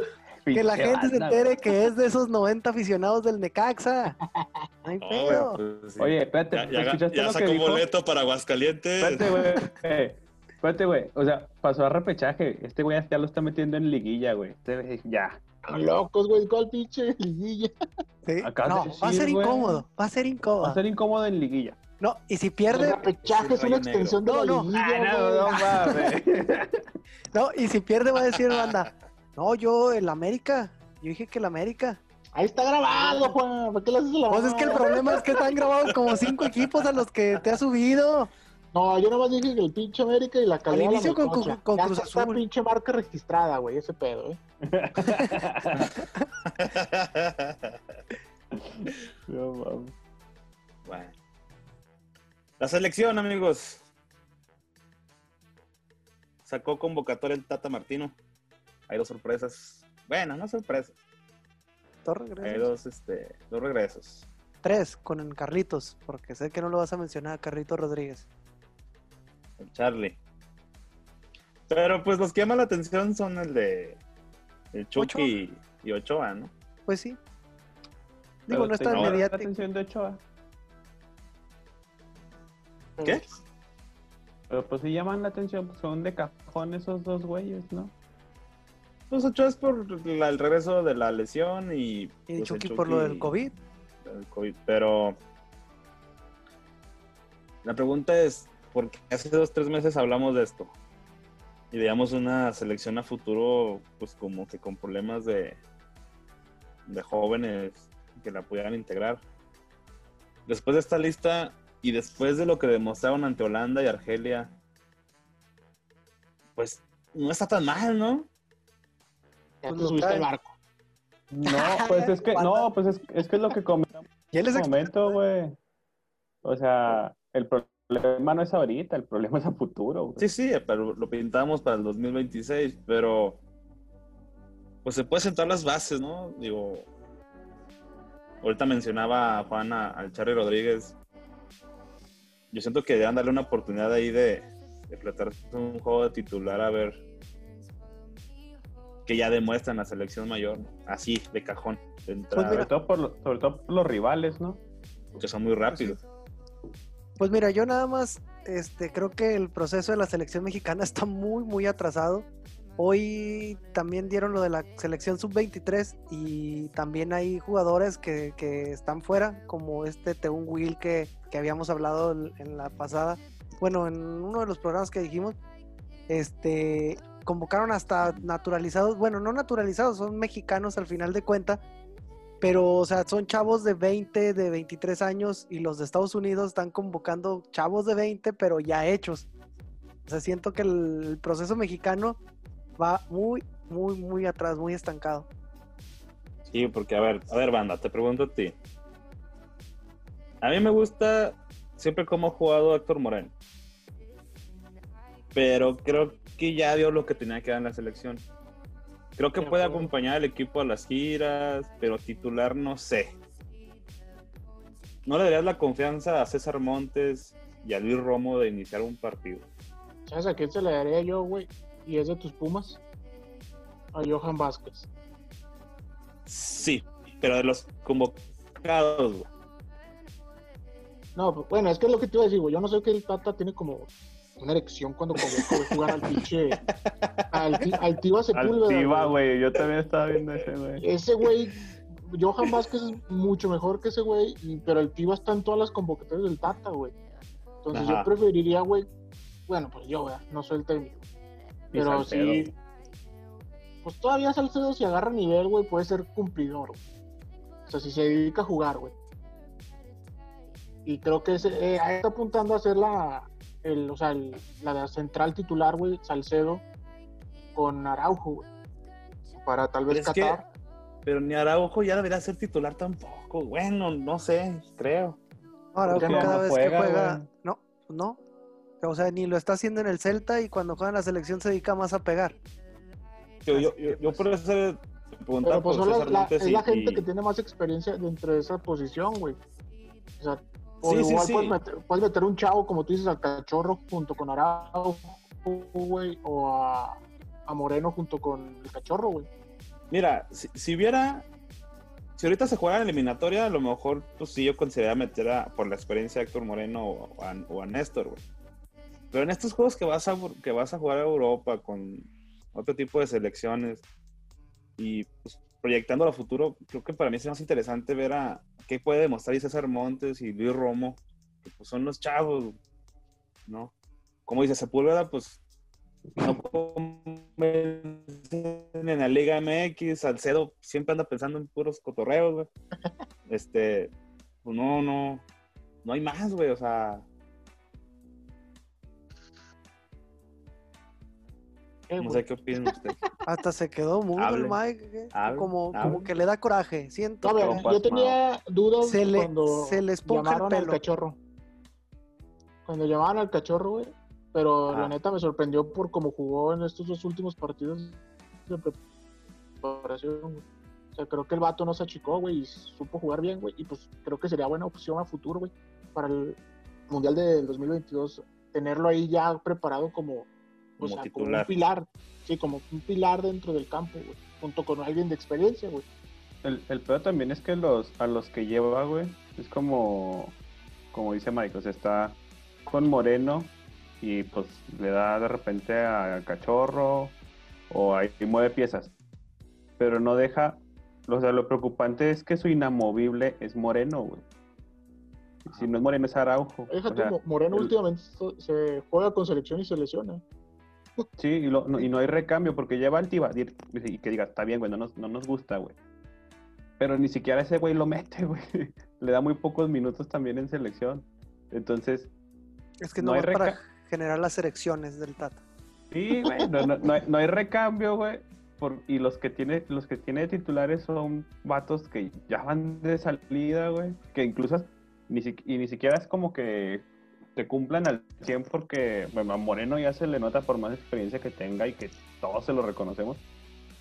Speaker 2: Que la
Speaker 4: pinche
Speaker 2: gente se
Speaker 4: banda,
Speaker 2: entere que es de esos 90 aficionados del Necaxa. No hay
Speaker 1: No,
Speaker 2: pedo.
Speaker 1: güey, pues, sí.
Speaker 4: güey. Oye, espérate,
Speaker 1: ya, ya,
Speaker 4: ¿escuchaste
Speaker 1: ya
Speaker 4: lo que
Speaker 1: sacó
Speaker 4: dijo?
Speaker 1: boleto para Aguascalientes.
Speaker 4: Espérate, güey. Eh, Espérate, güey. O sea, pasó a repechaje. Este güey ya lo está metiendo en liguilla, güey. Este güey, ya.
Speaker 3: Están locos, güey. ¿Cuál pinche liguilla?
Speaker 2: Sí.
Speaker 4: acabas
Speaker 2: No,
Speaker 4: de decir,
Speaker 2: va a ser
Speaker 4: güey.
Speaker 2: incómodo. Va a ser incómodo.
Speaker 4: Va a ser incómodo en liguilla.
Speaker 2: No, y si
Speaker 3: El
Speaker 2: pierde,
Speaker 3: repechaje es una
Speaker 1: Rayo
Speaker 3: extensión
Speaker 2: Negro.
Speaker 3: de la
Speaker 2: No, Ah, no.
Speaker 3: liguilla, güey.
Speaker 4: Ah, no, mames.
Speaker 2: no, y si pierde va a decir Banda. No, yo el América. Yo dije que el América.
Speaker 3: Ahí está grabado, Juan. ¿Por qué le haces la
Speaker 2: Pues es que el problema es que están grabados como cinco equipos a los que te has subido.
Speaker 3: No, yo nomás dije que el pinche América y la calidad. de la
Speaker 2: inicio con
Speaker 3: muchacha.
Speaker 2: Cru- con
Speaker 3: Ya
Speaker 2: Cruz
Speaker 3: está
Speaker 2: Azul.
Speaker 3: pinche marca registrada, güey. Ese pedo, ¿eh?
Speaker 4: [LAUGHS] No, mames.
Speaker 1: [LAUGHS] Bueno. La selección, amigos. Sacó convocatoria el Tata Martino. Hay dos sorpresas. Bueno, no sorpresas.
Speaker 2: Dos
Speaker 1: Hay
Speaker 2: regresos.
Speaker 1: dos, este, dos regresos.
Speaker 2: Tres con el Carlitos, porque sé que no lo vas a mencionar, Carlitos Rodríguez.
Speaker 1: El Charlie. Pero pues los que llaman la atención son el de el Chucky y- y Ochoa, ¿no?
Speaker 2: Pues sí.
Speaker 4: Pero
Speaker 2: Digo, no
Speaker 4: te
Speaker 2: está
Speaker 4: llama la
Speaker 2: mediático.
Speaker 4: atención de Ochoa.
Speaker 1: ¿Qué?
Speaker 4: Pero pues sí llaman la atención, pues, son de cajón esos dos güeyes, ¿no?
Speaker 1: Pues Ochoa es por la- el regreso de la lesión y.
Speaker 2: Y
Speaker 1: pues, el
Speaker 2: Chucky por lo del COVID.
Speaker 1: el COVID, Pero. La pregunta es: ¿por qué hace dos, tres meses hablamos de esto? Y veíamos una selección a futuro, pues como que con problemas de. de jóvenes que la pudieran integrar. Después de esta lista y después de lo que demostraron ante Holanda y Argelia, pues no está tan mal, ¿no?
Speaker 3: Ya
Speaker 2: Pues
Speaker 3: te
Speaker 2: lo
Speaker 3: subiste
Speaker 2: trae.
Speaker 3: al barco.
Speaker 4: No, pues es que, no, pues es, es que es lo que comentamos
Speaker 2: Y él
Speaker 4: en
Speaker 2: es
Speaker 4: ese
Speaker 2: ex-
Speaker 4: momento, güey. O sea, el problema no es ahorita, el problema es a futuro, güey.
Speaker 1: Sí, sí, pero lo pintamos para el 2026, pero pues se puede sentar las bases, ¿no? Digo, ahorita mencionaba Juan a- al Charlie Rodríguez. Yo siento que deben darle una oportunidad ahí de, de plantarse un juego de titular a ver que ya demuestran la selección mayor, ¿no? así, de cajón, de
Speaker 2: pues,
Speaker 1: entrada,
Speaker 4: Sobre todo por, lo- sobre todo por los rivales, ¿no?
Speaker 1: porque son muy rápidos.
Speaker 2: Pues mira, yo nada más este, creo que el proceso de la selección mexicana [LAUGHS] está muy, muy atrasado. Hoy también dieron lo de la selección sub-23 y también hay jugadores que, que están fuera, como este Teun Will que, que habíamos hablado en en la pasada, bueno, en uno de los programas que dijimos, este, convocaron hasta naturalizados, bueno, no naturalizados, son mexicanos al final de cuenta, pero, o sea, son chavos de 20, de 23 años y los de Estados Unidos están convocando chavos de 20, pero ya hechos. O sea, siento que el proceso mexicano va muy, muy, muy atrás, muy estancado.
Speaker 1: Sí, porque a ver, a ver, banda, te pregunto a ti. A mí me gusta siempre cómo ha jugado Héctor Moreno. Pero creo que ya dio lo que tenía que dar en la selección. Creo que
Speaker 3: De
Speaker 1: puede
Speaker 3: acuerdo.
Speaker 1: acompañar al equipo a las giras, pero titular no sé. No le darías la confianza a César Montes y a Luis Romo de iniciar un partido.
Speaker 3: ¿Sabes a quién se le daría yo, güey? Y es de tus Pumas. A Johan Vázquez.
Speaker 1: Sí, pero de los convocados, güey.
Speaker 3: No, pues, bueno, es que es lo que te iba a decir, güey. Yo no sé que el Tata tiene como una erección cuando convoca a jugar al
Speaker 2: [LAUGHS]
Speaker 3: pinche. Al, ti- al Tiva Sepúlveda.
Speaker 4: Altiva,
Speaker 3: güey.
Speaker 4: güey, yo también estaba viendo ese, güey.
Speaker 3: Ese güey, Johan Vázquez es mucho mejor que ese güey, y- pero el Tiva está en todas las convocatorias del Tata, güey. Entonces
Speaker 1: Ajá.
Speaker 3: yo preferiría, güey, bueno, pues yo, güey, no soy el técnico.
Speaker 4: Y
Speaker 3: Pero
Speaker 4: Salcedo.
Speaker 3: sí, pues todavía Salcedo si agarra nivel, güey, puede ser cumplidor. güey. O sea, si se dedica a jugar, güey. Y creo que ese, eh, ahí está apuntando a ser la, el, o sea, el- la central titular, güey, Salcedo. con Araujo, güey, Para tal vez
Speaker 1: Es que-
Speaker 3: Qatar.
Speaker 1: Pero ni Araujo ya debería ser titular tampoco. Bueno, no sé, creo.
Speaker 2: Ahora
Speaker 3: Porque no
Speaker 2: cada vez
Speaker 4: juega,
Speaker 2: que juega,
Speaker 4: güey.
Speaker 2: no, no. O sea, ni lo está haciendo en el Celta y cuando juega en la selección se dedica más a pegar.
Speaker 1: Yo, yo, yo, yo por eso te preguntaba
Speaker 3: pues,
Speaker 1: por
Speaker 3: Pero pues son la-
Speaker 1: César
Speaker 3: la-
Speaker 1: Montes
Speaker 3: es
Speaker 1: y-
Speaker 3: la gente
Speaker 1: y-
Speaker 3: que tiene más experiencia dentro de esa posición, güey. O sea, o
Speaker 1: Sí, sí,
Speaker 3: igual
Speaker 1: sí.
Speaker 3: Puedes, meter, puedes meter un chavo, como tú dices, al cachorro junto con Araujo, güey, o a, a Moreno junto con el cachorro, güey.
Speaker 1: Mira, si, si hubiera. Si ahorita se jugara la eliminatoria, a lo mejor, pues sí, yo consideraría meter a, por la experiencia a Héctor Moreno o a, o a Néstor, güey. Pero en estos juegos que vas, a, que vas a jugar a Europa con otro tipo de selecciones y pues, proyectando a futuro, creo que para mí es más interesante ver a qué puede demostrar y César Montes y Luis Romo, que pues, son los chavos, ¿no? Como dice Sepúlveda, pues no convencen en la Liga MX, Salcedo siempre anda pensando en puros cotorreos,
Speaker 2: [LAUGHS]
Speaker 1: güey. Este, pues no, no, no hay más, güey, o sea,
Speaker 3: Eh,
Speaker 1: no
Speaker 3: güey.
Speaker 1: sé qué opinan ustedes.
Speaker 2: Hasta se quedó mudo el Mike, ¿eh?
Speaker 1: hable,
Speaker 2: como,
Speaker 1: hable.
Speaker 2: como que le da coraje, siento.
Speaker 3: No, a ver,
Speaker 2: que-
Speaker 4: Compas,
Speaker 3: yo tenía dudas
Speaker 2: Se le-
Speaker 3: cuando
Speaker 2: se le esponja el
Speaker 3: llamaron al
Speaker 2: pelo.
Speaker 3: cachorro. Cuando llamaban al cachorro, güey. Pero
Speaker 1: Ah.
Speaker 3: la neta me sorprendió por cómo jugó en estos dos últimos partidos de preparación. güey. O sea, creo que el vato no se achicó, güey, y supo jugar bien, güey. Y pues creo que sería buena opción a futuro, güey, para el Mundial del 2022. Tenerlo ahí ya preparado como, o
Speaker 1: Como
Speaker 3: sea, como un
Speaker 1: titular.
Speaker 3: pilar. Sí, como un pilar dentro del campo, güey. Junto con alguien de experiencia, güey.
Speaker 4: El, el peor también es que los, a los que lleva, güey, es como, como dice Mike, o sea, está con Moreno y pues le da de repente a Cachorro o ahí mueve piezas. Pero no deja, o sea, lo preocupante es que su inamovible es Moreno, güey. Si no es Moreno, es Araujo.
Speaker 3: Deja
Speaker 4: O
Speaker 3: tú,
Speaker 4: sea,
Speaker 3: Mo- Moreno
Speaker 4: el-
Speaker 3: últimamente so- se juega con selección y se lesiona.
Speaker 4: Sí, y, lo- no, y no hay recambio porque lleva al Tibadir y que diga, está bien, güey, no nos, no nos gusta, güey. Pero ni siquiera ese güey lo mete, [LAUGHS] güey. Le da muy pocos minutos también en selección. Entonces,
Speaker 2: Es que
Speaker 4: No
Speaker 2: no,
Speaker 4: hay
Speaker 2: es para
Speaker 4: reca-
Speaker 2: generar las elecciones del Tata.
Speaker 4: sí, güey, no, no- no hay, no hay recambio, güey. por- y los que tiene los que tiene de titulares son vatos que ya van de salida, güey. Que incluso ni, si- y ni siquiera es como que te cumplan al 100 porque bueno, a Moreno ya se le nota por más experiencia que tenga y que todos se lo reconocemos.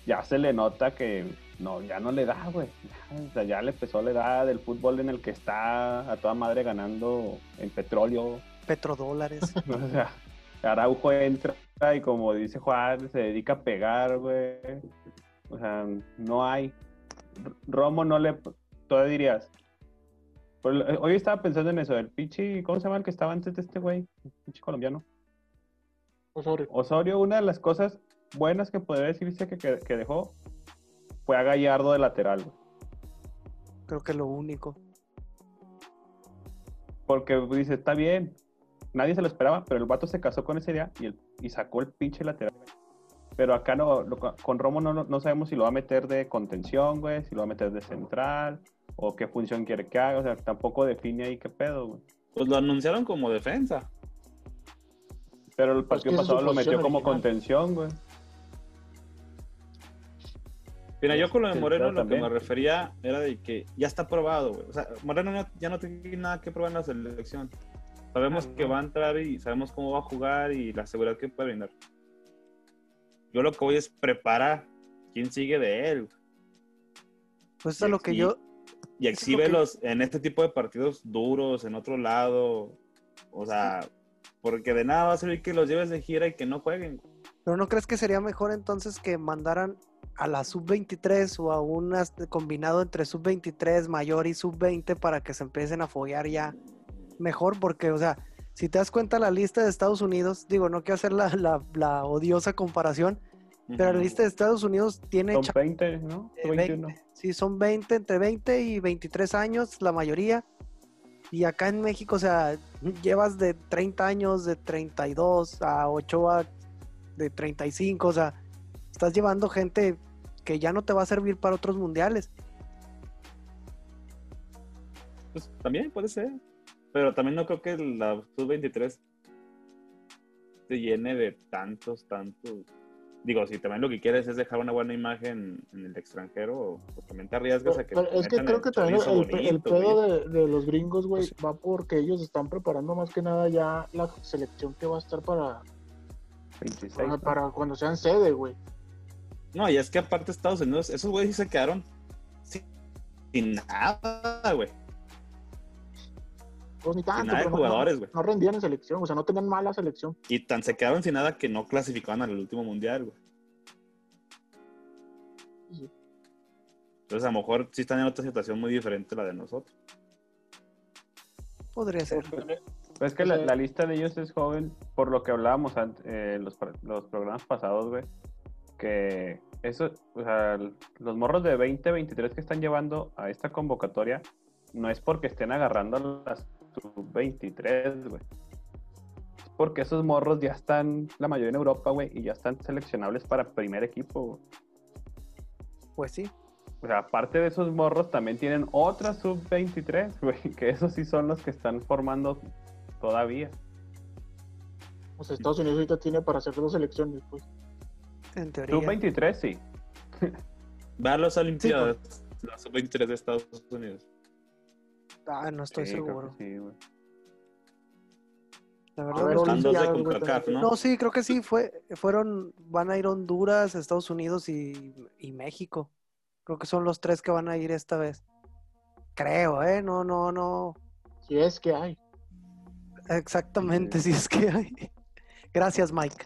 Speaker 4: Ya se le nota que no, ya no le da, güey. Ya, o sea, ya le empezó la edad del fútbol en el que está a toda madre ganando en petróleo.
Speaker 2: Petrodólares.
Speaker 4: O sea, Araujo entra y como dice Juan, se dedica a pegar, güey. O sea, no hay. R- Romo no le... Todavía dirías. Por el- Hoy estaba pensando en eso, el pichi, ¿cómo se llama el que estaba antes de este güey? El pichi colombiano.
Speaker 1: Pues,
Speaker 3: Osorio.
Speaker 4: Osorio, una de las cosas buenas que podría decirse que, que- que dejó fue a Gallardo de lateral, güey.
Speaker 2: Creo que lo único.
Speaker 4: Porque dice, está bien. Nadie se lo esperaba, pero el vato se casó con esa idea y, el- y sacó el pinche lateral. Pero acá no, lo- con Romo no, no sabemos si lo va a meter de contención, güey, si lo va a meter de central, o qué función quiere que haga. O sea, tampoco define ahí qué pedo, güey.
Speaker 1: Pues lo anunciaron como defensa.
Speaker 4: Pero el
Speaker 3: Pues que
Speaker 4: partido
Speaker 3: esa es su
Speaker 4: pasado lo metió
Speaker 3: posición
Speaker 4: como
Speaker 3: original.
Speaker 4: contención, güey.
Speaker 1: Mira, yo con lo de
Speaker 4: Sí,
Speaker 1: Moreno
Speaker 4: claro,
Speaker 1: lo que
Speaker 4: también.
Speaker 1: me refería era de que ya está probado, güey. O sea, Moreno no- ya no tiene nada que probar en la selección. Sabemos
Speaker 2: Ah, no.
Speaker 1: que va a entrar y sabemos cómo va a jugar y la seguridad que puede brindar. Yo lo que voy es preparar quién sigue de él
Speaker 2: Pues eso es
Speaker 1: Y
Speaker 2: lo que
Speaker 1: aquí- y
Speaker 2: yo, Eso es lo que-
Speaker 1: exhíbelos en este tipo de partidos duros, en otro lado. O sea, porque de nada va a servir que los lleves de gira y que no jueguen.
Speaker 2: ¿Pero no crees que sería mejor entonces que mandaran a la sub-23 o a un as- combinado entre sub-23 mayor y sub-20 para que se empiecen a follar ya mejor? Porque, o sea, si te das cuenta la lista de Estados Unidos, digo, no quiero hacer la, la- la odiosa comparación, pero la
Speaker 1: Ujú.
Speaker 2: lista de Estados Unidos tiene...
Speaker 4: Son
Speaker 2: cha-
Speaker 4: 20, ¿no?
Speaker 2: eh,
Speaker 4: 21.
Speaker 2: 20, sí, son 20, entre 20 y 23 años, la mayoría. Y acá en México, o sea, llevas de 30 años, de 32 a Ochoa, de 35, o sea, estás llevando gente que ya no te va a servir para otros mundiales.
Speaker 1: Pues, también puede ser. Pero también no creo que la sub-23 se llene de tantos, tantos Digo, si también lo que quieres es dejar una buena imagen en el extranjero, pues también te arriesgas a que.
Speaker 3: Pero
Speaker 1: te
Speaker 3: es que
Speaker 1: metan
Speaker 3: creo
Speaker 1: el
Speaker 3: que también el,
Speaker 1: chorizo
Speaker 3: el
Speaker 1: bonito,
Speaker 3: pedo
Speaker 1: güey.
Speaker 3: de, de los gringos, güey,
Speaker 1: Pues-
Speaker 3: va porque ellos están preparando más que nada ya la selección que va a estar para,
Speaker 4: 26.
Speaker 3: para, para cuando sean sede, güey.
Speaker 1: No, y es que aparte Estados Unidos, esos güeyes sí se quedaron sin, sin nada, güey.
Speaker 3: Pues ni tanto,
Speaker 1: nada de
Speaker 3: pero no-
Speaker 1: jugadores,
Speaker 3: no,
Speaker 1: güey.
Speaker 3: no rendían en selección, o sea, no tenían mala selección.
Speaker 1: Y tan se quedaron sin nada que no clasificaban al último mundial, güey.
Speaker 3: Sí.
Speaker 1: Entonces, a lo mejor sí están en otra situación muy diferente a la de nosotros.
Speaker 2: Podría ser.
Speaker 4: Pues es que la,
Speaker 3: Sí.
Speaker 4: la lista de ellos es joven, por lo que hablábamos ant- eh, los, pro- los programas pasados, güey. Que eso, o sea, l- los morros de 20, 23 que están llevando a esta convocatoria no es porque estén agarrando las sub-23, güey. Es porque esos morros ya están, la mayoría en Europa, güey, y ya están seleccionables para primer equipo, güey.
Speaker 2: Pues sí.
Speaker 4: O sea, aparte de esos morros, también tienen otra sub-23, [LAUGHS] güey, que esos sí son los que están formando todavía.
Speaker 3: O sea, Estados Unidos ahorita tiene para hacer dos selecciones, pues.
Speaker 2: En teoría.
Speaker 4: Sub-23, sí.
Speaker 1: Va a las Olimpiadas, la sub-23 de Estados Unidos.
Speaker 2: Ah, no estoy
Speaker 4: Sí, creo que
Speaker 2: seguro.
Speaker 4: sí, güey.
Speaker 2: La
Speaker 3: A
Speaker 2: verdad,
Speaker 3: ver,
Speaker 2: no
Speaker 1: Están
Speaker 2: sé.
Speaker 1: dos de
Speaker 3: Olimpiadas, güey,
Speaker 1: CONCACAF,
Speaker 3: también.
Speaker 1: ¿no?
Speaker 2: No, sí, creo que sí. Fue, fueron, van a ir Honduras, Estados Unidos y, y México. Creo que son los tres que van a ir esta vez. Creo, ¿eh? No, no, no.
Speaker 3: Si es que hay.
Speaker 2: Exactamente, [LAUGHS] si es que hay. Gracias, Mike.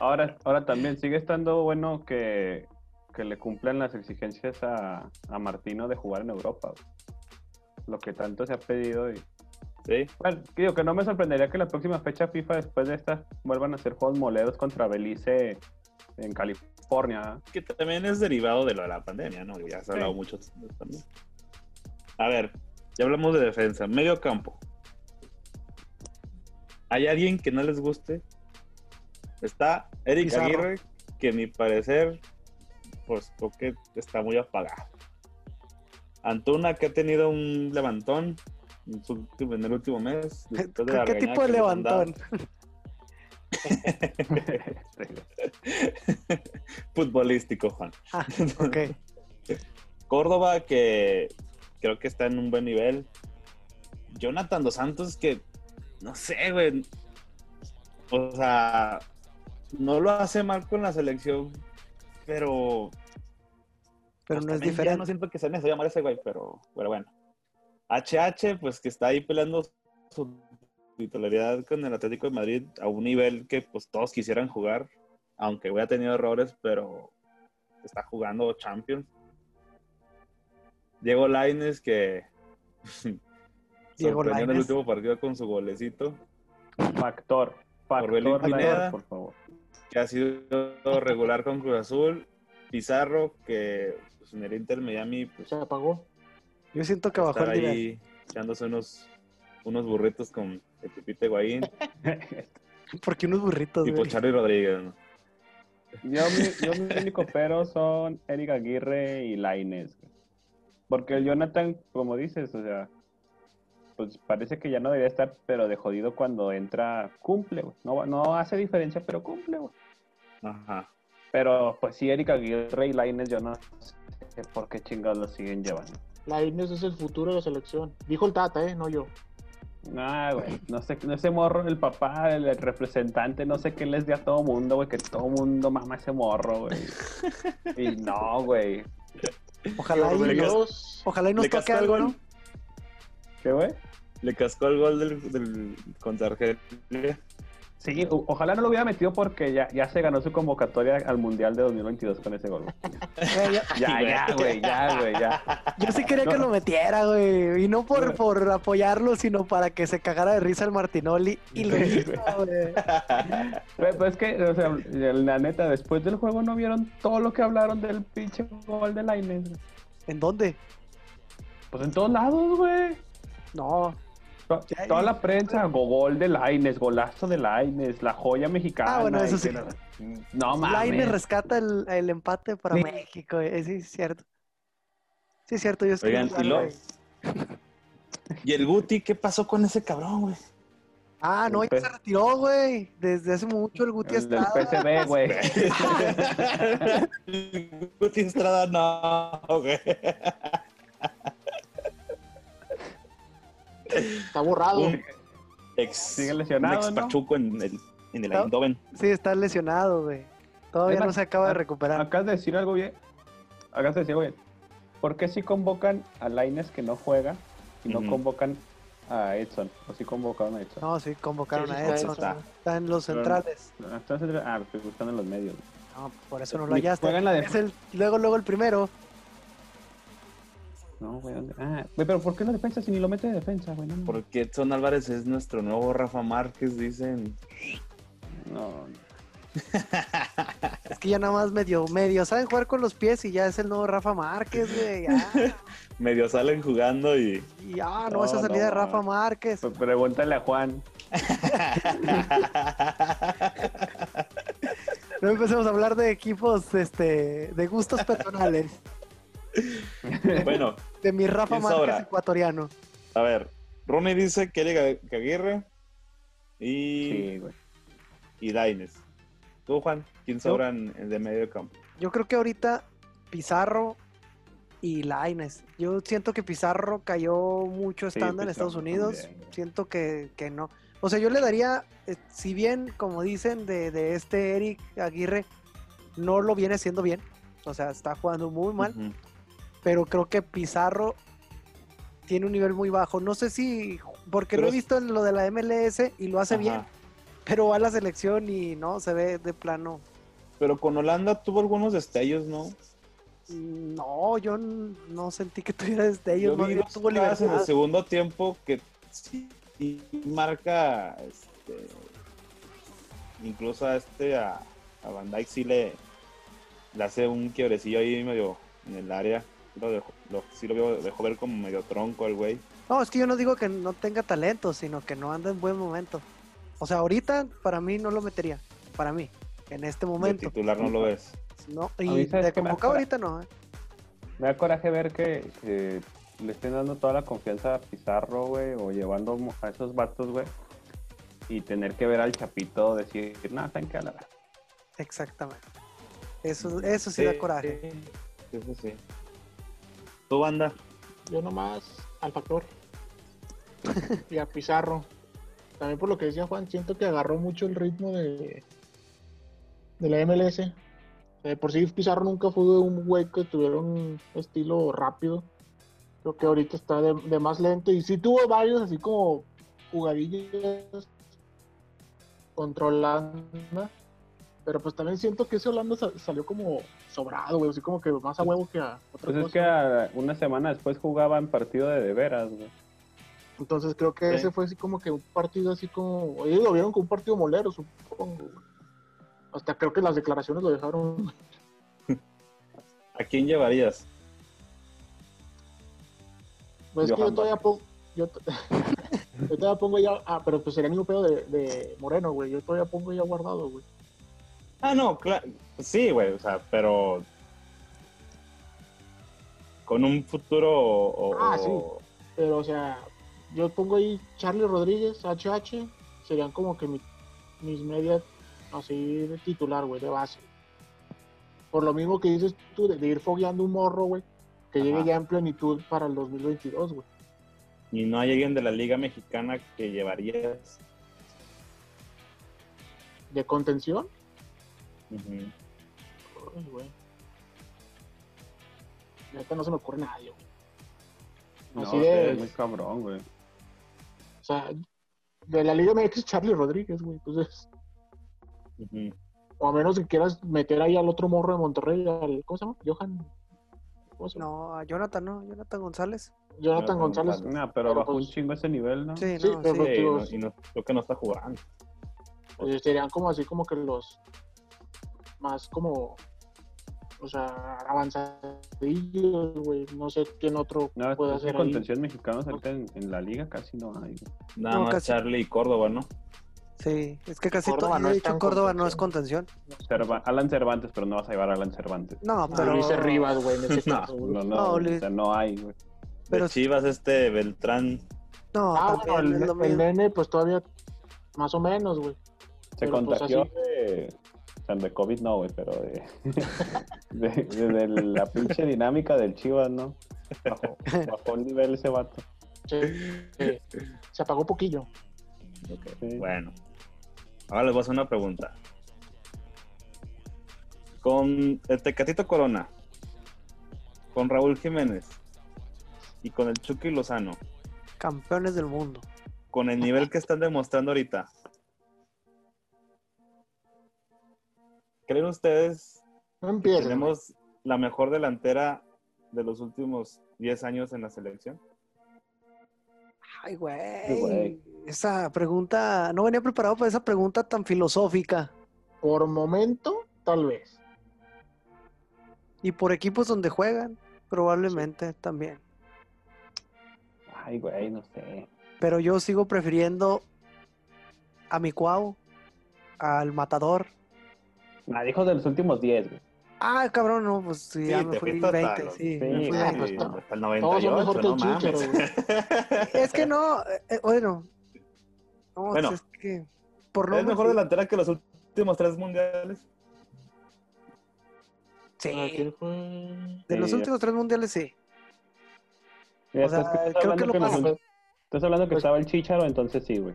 Speaker 4: Ahora, ahora también sigue estando bueno que, que le cumplan las exigencias a, a Martino de jugar en Europa. güey. Lo que tanto se ha pedido. Y,
Speaker 1: Sí.
Speaker 4: bueno, digo que no me sorprendería que la próxima fecha FIFA después de esta vuelvan a hacer juegos moleros contra Belice en California. [LAUGHS]
Speaker 1: Que también es derivado de lo de la pandemia, ¿no? Ya se ha hablado
Speaker 4: Sí.
Speaker 1: mucho también. A ver, ya hablamos de defensa. Medio campo. ¿Hay alguien que no les guste? Está Eric
Speaker 2: Pizarro.
Speaker 1: Aguirre, que a mi parecer, pues creo que está muy apagado. Antuna, que ha tenido un levantón en, su último- en el último mes. después de la
Speaker 2: ¿Qué
Speaker 1: regañada
Speaker 2: tipo de
Speaker 1: que les han dado.
Speaker 2: levantón?
Speaker 4: Este,
Speaker 1: Futbolístico, Juan. [LAUGHS]
Speaker 2: Ah,
Speaker 1: Pues
Speaker 2: ok.
Speaker 1: Córdoba, que creo que está en un buen nivel. Jonathan dos Santos, que no sé, güey. O sea, no lo hace mal con la selección, pero.
Speaker 2: Pero
Speaker 1: pues,
Speaker 2: no
Speaker 1: también
Speaker 2: es
Speaker 1: ya
Speaker 2: diferente.
Speaker 1: No siento que sea necesario llamar a ese güey, pero, pero bueno. HH, pues que está ahí peleando su titularidad con el Atlético de Madrid a un nivel que pues todos quisieran jugar, aunque güey ha tenido errores, pero está jugando Champions. Diego Laines que
Speaker 2: Diego
Speaker 1: sorprendió en el
Speaker 2: Lainez.
Speaker 1: último partido con su golecito,
Speaker 4: factor.
Speaker 1: Orbelín
Speaker 4: Factor,
Speaker 1: Pineda.
Speaker 4: Lainez, por favor.
Speaker 1: que ha sido regular con Cruz Azul, Pizarro que pues, en el Inter Miami pues
Speaker 3: Se apagó.
Speaker 2: Yo siento que bajó
Speaker 1: estar
Speaker 2: el nivel.
Speaker 1: ahí echándose unos, unos burritos con el Pipite
Speaker 2: [LAUGHS]
Speaker 1: Guaín
Speaker 2: Porque unos burritos,
Speaker 1: tipo
Speaker 2: güey.
Speaker 1: pues Charlie Rodríguez. ¿no?
Speaker 4: Yo, mi, yo mi único pero son Eric Aguirre y Laines. Porque el Jonathan, como dices, o sea, pues parece que ya no debería estar, pero de jodido cuando entra, cumple, güey. No, no hace diferencia, pero cumple, güey.
Speaker 1: Ajá.
Speaker 4: Pero pues sí, Eric Aguirre y Laines, yo no sé por qué chingados lo siguen llevando.
Speaker 3: La Inés es el futuro de la selección. Dijo el Tata, ¿eh? No yo.
Speaker 4: Nah, güey, no sé, no ese morro, el papá, el representante, no sé qué les dé a todo mundo, güey, que todo mundo mama ese morro, güey. Y no, güey.
Speaker 2: Ojalá
Speaker 1: Orbelín.
Speaker 2: y, nos,
Speaker 3: Dios.
Speaker 2: ojalá y nos
Speaker 1: Le
Speaker 2: toque
Speaker 1: cascó el
Speaker 2: algo,
Speaker 1: gol.
Speaker 2: ¿no?
Speaker 4: ¿Qué, güey?
Speaker 1: Le cascó el gol del, del contra Argelia.
Speaker 4: Sí, o- ojalá no lo hubiera metido porque ya, ya se ganó su convocatoria al Mundial de 2022 con
Speaker 2: [LAUGHS]
Speaker 4: ese gol. güey.
Speaker 2: Eh, yo-
Speaker 4: Ya, ya, güey, ya, güey, ya.
Speaker 2: Yo sí quería que lo metiera, güey. Y no por, por apoyarlo, sino para que se cagara de risa el Martinoli. Y lo
Speaker 4: Sí,
Speaker 2: hizo, güey.
Speaker 4: Güey, Pues es que, o sea, la neta, después del juego no vieron todo lo que hablaron del pinche gol de Lainez. güey?
Speaker 2: ¿En dónde?
Speaker 4: Pues en todos lados, güey.
Speaker 2: No.
Speaker 4: To-
Speaker 2: Ya,
Speaker 4: Toda
Speaker 2: y-
Speaker 4: la prensa, go- gol de Lainez, golazo de Lainez, la joya mexicana.
Speaker 2: Ah, bueno, eso
Speaker 4: y
Speaker 2: sí.
Speaker 4: que la- No
Speaker 2: Laine
Speaker 4: mames.
Speaker 2: rescata el, el empate para
Speaker 4: Sí.
Speaker 2: México, güey. Eh, Sí, es cierto. Sí, es cierto. Yo estoy
Speaker 1: Oigan,
Speaker 2: igual,
Speaker 1: y lo-
Speaker 2: güey. [LAUGHS]
Speaker 1: Y el Guti, ¿qué pasó con ese cabrón, güey?
Speaker 2: Ah, no,
Speaker 4: El
Speaker 2: ya
Speaker 4: pe-
Speaker 2: se retiró, güey. Desde hace mucho el Guti
Speaker 4: El del
Speaker 2: Estrada.
Speaker 4: PCB, güey.
Speaker 2: [LAUGHS]
Speaker 1: Guti Estrada, no, güey.
Speaker 3: Está
Speaker 2: Ah,
Speaker 3: borrado.
Speaker 1: Un ex,
Speaker 4: Sigue
Speaker 1: un
Speaker 4: lesionado,
Speaker 1: ex
Speaker 4: ¿no?
Speaker 1: Pachuco en el, en el
Speaker 2: No.
Speaker 1: Eindhoven.
Speaker 2: Sí, está lesionado, güey. Todavía
Speaker 4: Es la-
Speaker 2: no se acaba de
Speaker 4: ah,
Speaker 2: recuperar.
Speaker 4: Acabas de decir algo bien. Acabas de decir algo bien. ¿Por qué si convocan a Laines que no juega y no
Speaker 1: Ujú.
Speaker 4: convocan a Edson? ¿O si convocaron a Edson?
Speaker 2: No, sí, convocaron
Speaker 3: Sí, sí,
Speaker 2: a
Speaker 3: está,
Speaker 2: Edson.
Speaker 1: está.
Speaker 2: Está en los
Speaker 4: Pero-
Speaker 2: centrales.
Speaker 4: Ah, Entonces, ah, estoy buscando en los medios.
Speaker 2: No, por eso no lo
Speaker 4: Ni
Speaker 2: hallaste.
Speaker 4: juegan la de-
Speaker 2: Es el, luego, luego el primero.
Speaker 4: No, güey, ¿dónde? Ah, güey, pero ¿por qué la defensa si ni lo mete de defensa, güey? No, no.
Speaker 1: Porque Edson Álvarez es nuestro nuevo Rafa Márquez, dicen.
Speaker 4: no.
Speaker 2: Es que ya nada más medio, medio saben jugar con los pies y ya es el nuevo Rafa Márquez, güey. Ya,
Speaker 1: Medio salen jugando y. [LAUGHS]
Speaker 2: y ya, no,
Speaker 4: [LAUGHS] No,
Speaker 2: esa salida
Speaker 4: no,
Speaker 2: de Rafa
Speaker 4: no.
Speaker 2: Márquez.
Speaker 4: Pre- Pregúntale a Juan.
Speaker 2: No empecemos a hablar de equipos, este, de
Speaker 4: [LAUGHS]
Speaker 2: gustos personales.
Speaker 1: bueno,
Speaker 2: De mi Rafa
Speaker 1: ¿Quién
Speaker 2: Márquez
Speaker 1: sobra?
Speaker 2: ecuatoriano.
Speaker 1: a ver. Ronnie dice que Eric Aguirre y,
Speaker 4: Sí, güey.
Speaker 1: y Lainez. Tú, Juan, ¿quién sobran de medio campo?
Speaker 2: Yo creo que ahorita Pizarro y Laines. Yo siento que Pizarro cayó mucho
Speaker 4: Sí,
Speaker 2: estando en
Speaker 4: Pizarro
Speaker 2: Estados Unidos.
Speaker 4: también.
Speaker 2: Siento que, que no. O sea, yo le daría, eh, si bien, como dicen, de, de este Eric Aguirre, no lo viene haciendo bien. O sea, está jugando muy mal.
Speaker 1: Ujú.
Speaker 2: Pero creo que Pizarro tiene un nivel muy bajo. No sé si, porque
Speaker 1: Pero
Speaker 2: lo he
Speaker 1: es-
Speaker 2: visto en lo de la MLS y lo hace
Speaker 1: Ajá.
Speaker 2: bien, pero va a la selección y no, se ve de plano
Speaker 1: Pero con Holanda tuvo algunos destellos, ¿no?
Speaker 2: No, yo n- no sentí que [LAUGHS] tuviera este destellos.
Speaker 1: Yo
Speaker 2: Más
Speaker 1: vi
Speaker 2: bien
Speaker 1: dos
Speaker 2: tuvo
Speaker 1: jugadas en el
Speaker 2: libertad.
Speaker 1: segundo tiempo que sí marca este, incluso a este a, a Van Dyke sí le, le hace un quiebrecillo ahí medio en el área lo dejó- lo- sí lo veo- dejó ver como medio tronco el güey
Speaker 2: No, es que yo no digo que no tenga talento, sino que no anda en buen momento. O sea, ahorita para mí no lo metería. Para mí, en este
Speaker 1: el
Speaker 2: momento.
Speaker 1: titular no lo ves
Speaker 2: No,
Speaker 4: A
Speaker 2: y
Speaker 4: mí, ¿sabes
Speaker 2: de
Speaker 4: qué me
Speaker 2: convocado
Speaker 4: acuerda?
Speaker 2: ahorita no. ¿eh?
Speaker 4: Me da coraje ver que, que le estén dando toda la confianza a Pizarro, güey, o llevando mo- a esos vatos, güey, y tener que ver al Chapito decir, no, están que a la verga".
Speaker 2: Exactamente. Eso, eso sí da coraje.
Speaker 1: sí, eso sí tu banda
Speaker 3: Yo nomás al factor. y a Pizarro. También por lo que decía Juan, siento que agarró mucho el ritmo de, de la MLS. De Eh, por sí Pizarro nunca fue un güey que tuviera un estilo rápido. Creo que ahorita está de, de más lento. Y sí tuvo varios así como jugadillas contra Holanda. Pero pues también siento que ese Holanda sa- salió como sobrado, güey. Así como que más a huevo que a otra
Speaker 4: Pues es
Speaker 3: cosa.
Speaker 4: que a- una semana después jugaban partido de de veras, güey.
Speaker 3: Entonces creo que
Speaker 1: Sí.
Speaker 3: ese fue así como que un partido así como... Ellos lo vieron como un partido molero, supongo. Hasta creo que las declaraciones lo dejaron...
Speaker 1: a quién llevarías
Speaker 3: Pues es que yo
Speaker 1: Johan
Speaker 3: todavía pongo... Yo, to- [LAUGHS] yo todavía pongo ya... Ah, pero pues sería el mismo pedo de, de Moreno, güey. Yo todavía pongo ya guardado, güey.
Speaker 1: Ah, no, claro. Sí, güey, o sea, pero. Con un futuro. o-
Speaker 3: Ah,
Speaker 1: o-
Speaker 3: Pero, o sea, yo pongo ahí Charlie Rodríguez, HH. Serían como que mi- mis medias así de titular, güey, de base. Por lo mismo que dices tú, de, de ir fogueando un morro, güey. Que llegue
Speaker 1: Ajá.
Speaker 3: ya en plenitud para el 2022, güey.
Speaker 1: Y no hay alguien de la Liga Mexicana que llevarías.
Speaker 3: de contención.
Speaker 1: Ujú.
Speaker 3: Ay, güey. Neta, no se me ocurre nadie, güey.
Speaker 4: No,
Speaker 3: Así
Speaker 4: sí,
Speaker 3: es.
Speaker 4: es muy cabrón, güey.
Speaker 3: O sea, de la Liga MX, Charlie Rodríguez, güey. Entonces,
Speaker 1: Ujú.
Speaker 3: o a menos que quieras meter ahí al otro morro de Monterrey, al, ¿cómo se llama? Johan. ¿cómo se llama?
Speaker 2: No, a Jonathan, ¿no? Jonathan González.
Speaker 3: Jonathan
Speaker 1: Jonathan
Speaker 3: González.
Speaker 1: González.
Speaker 4: No, pero bajó
Speaker 3: pues-
Speaker 4: un chingo ese nivel, ¿no?
Speaker 2: Sí,
Speaker 3: Sí,
Speaker 2: no,
Speaker 3: pero-
Speaker 2: sí.
Speaker 1: Sí, y no-
Speaker 3: todos.
Speaker 1: y no, creo que no está jugando.
Speaker 3: Pues, serían como así, como que los más como, o sea, avanzadillos, güey. No sé quién otro
Speaker 4: No, es
Speaker 3: puede
Speaker 4: es que
Speaker 3: hacer ahí.
Speaker 4: contención mexicanos ahorita en, en la liga casi no hay. güey.
Speaker 1: Nada
Speaker 2: No,
Speaker 1: más
Speaker 2: casi.
Speaker 1: Charlie y Córdoba, ¿no?
Speaker 2: Sí, es que casi
Speaker 3: Córdoba
Speaker 2: todo.
Speaker 3: no
Speaker 2: yo he
Speaker 3: es
Speaker 2: dicho
Speaker 3: tan
Speaker 2: Córdoba no es contención.
Speaker 4: Cerva- Alan Cervantes, pero no vas a llevar a Alan Cervantes.
Speaker 2: No,
Speaker 3: Ah,
Speaker 2: pero.
Speaker 3: Luis Rivas, güey, en ese
Speaker 1: No,
Speaker 3: caso, güey.
Speaker 4: No, no,
Speaker 2: No,
Speaker 4: o
Speaker 2: Luis-
Speaker 4: sea, no hay, güey.
Speaker 1: Pero
Speaker 2: Pero-
Speaker 1: Chivas, este Beltrán.
Speaker 2: No,
Speaker 3: Ah,
Speaker 2: también
Speaker 3: bueno,
Speaker 2: es lo
Speaker 3: el, el
Speaker 2: mismo.
Speaker 3: nene, pues todavía Más o menos, güey.
Speaker 4: Se
Speaker 3: Pero, pues,
Speaker 4: contagió
Speaker 3: así.
Speaker 4: de. O sea, de COVID no, güey, pero de. [LAUGHS] de, de- de la pinche dinámica del Chivas, ¿no?
Speaker 3: [LAUGHS]
Speaker 4: Bajó, bajó el nivel ese vato.
Speaker 3: Se, se- se apagó poquillo.
Speaker 1: Ok,
Speaker 4: Sí.
Speaker 1: Bueno. Ahora les voy a hacer una pregunta. Con el Tecatito Corona, con Raúl Jiménez y con el Chucky Lozano,
Speaker 2: Campeones del mundo.
Speaker 1: con el nivel que están demostrando ahorita, ¿creen ustedes
Speaker 3: No
Speaker 1: que
Speaker 3: empieces. güey.
Speaker 1: tenemos la mejor delantera de los últimos 10 años en la selección?
Speaker 2: Ay,
Speaker 4: Ay,
Speaker 2: güey.
Speaker 4: güey.
Speaker 2: Esa pregunta, no venía preparado para esa pregunta tan filosófica.
Speaker 3: Por momento, tal vez.
Speaker 2: Y por equipos donde juegan, probablemente también.
Speaker 4: Ay, güey, no sé.
Speaker 2: Pero yo sigo prefiriendo a mi cuau, al matador.
Speaker 4: Ah, dijo de los últimos 10, güey.
Speaker 2: Ah, cabrón, no, pues sí, ya me
Speaker 1: te
Speaker 2: fui
Speaker 1: fuiste hasta
Speaker 2: 20,
Speaker 1: los-
Speaker 2: sí.
Speaker 4: sí,
Speaker 2: me fui
Speaker 3: ah,
Speaker 2: 20.
Speaker 3: pues,
Speaker 1: sí,
Speaker 3: no.
Speaker 1: hasta el
Speaker 3: Todos son
Speaker 1: 98,
Speaker 3: mejor que
Speaker 1: no
Speaker 3: el
Speaker 1: mames.
Speaker 3: chichero, güey.
Speaker 2: Es que no, eh, eh, bueno. No, pues
Speaker 1: Bueno.
Speaker 2: es que por
Speaker 1: ¿Es
Speaker 2: nombres
Speaker 1: mejor
Speaker 2: sí.
Speaker 1: delantera que los últimos tres mundiales?
Speaker 3: Ah,
Speaker 2: Sí,
Speaker 3: ¿quién fue?
Speaker 2: de los
Speaker 4: Sí.
Speaker 2: últimos tres mundiales sí.
Speaker 4: Mira,
Speaker 2: O sea,
Speaker 4: estás- estás
Speaker 2: creo que
Speaker 4: hablando
Speaker 2: lo
Speaker 4: que nos-
Speaker 2: pasa.
Speaker 3: Bueno,
Speaker 4: Estás hablando que
Speaker 3: Pues-
Speaker 4: estaba el Chicharo, entonces
Speaker 1: [LAUGHS]
Speaker 4: sí, güey.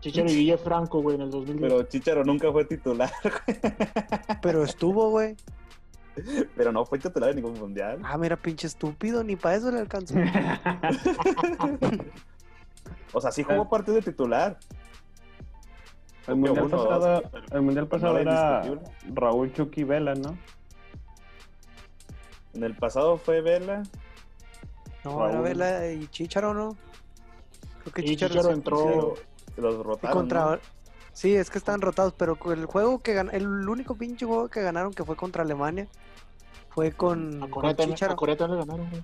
Speaker 3: Chichero y Guille Franco, güey, en el 2010.
Speaker 1: Pero Chicharo nunca fue titular, [LAUGHS]
Speaker 2: Pero estuvo, güey.
Speaker 1: pero no fue titular en ningún mundial.
Speaker 2: Ah, mira, pinche estúpido, ni para eso le alcanzó.
Speaker 1: O sea, sí jugó
Speaker 4: Ah.
Speaker 1: partido de titular.
Speaker 4: El mundial
Speaker 1: Uno,
Speaker 4: pasado,
Speaker 1: dos,
Speaker 4: el mundial pasado era
Speaker 1: indiscutible.
Speaker 4: Raúl Chucky Vela, ¿no?
Speaker 1: En el pasado fue Vela.
Speaker 2: No, era
Speaker 4: Raúl.
Speaker 2: Vela y Chicharo, ¿no? Creo que
Speaker 3: Y
Speaker 2: Chicharo,
Speaker 3: Chicharo
Speaker 2: sí.
Speaker 1: pero
Speaker 3: entró.
Speaker 1: Los
Speaker 2: Y
Speaker 1: rotaron.
Speaker 2: contra.
Speaker 1: Ah, ¿no?
Speaker 2: Sí, es que están rotados, pero con el juego que gan- el único pinche juego que ganaron que fue contra Alemania fue con,
Speaker 3: A
Speaker 2: con
Speaker 3: Corea también-
Speaker 2: Chicharo.
Speaker 3: a Corea también le ganaron, güey.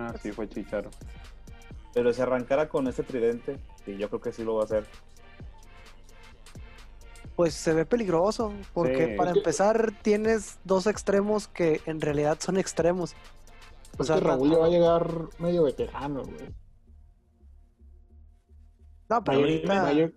Speaker 4: Ah, sí, fue Chicharo.
Speaker 1: Pero si arrancara con ese tridente, y yo creo que sí lo va a hacer.
Speaker 2: Pues se ve peligroso, porque
Speaker 4: Sí.
Speaker 2: para
Speaker 3: Es que-
Speaker 2: empezar tienes dos extremos que en realidad son extremos. O
Speaker 3: Es
Speaker 2: sea,
Speaker 3: Pues que Raúl ya
Speaker 2: no-
Speaker 3: va a llegar medio veterano, güey.
Speaker 2: No, pero ahorita-
Speaker 3: Va a lleg-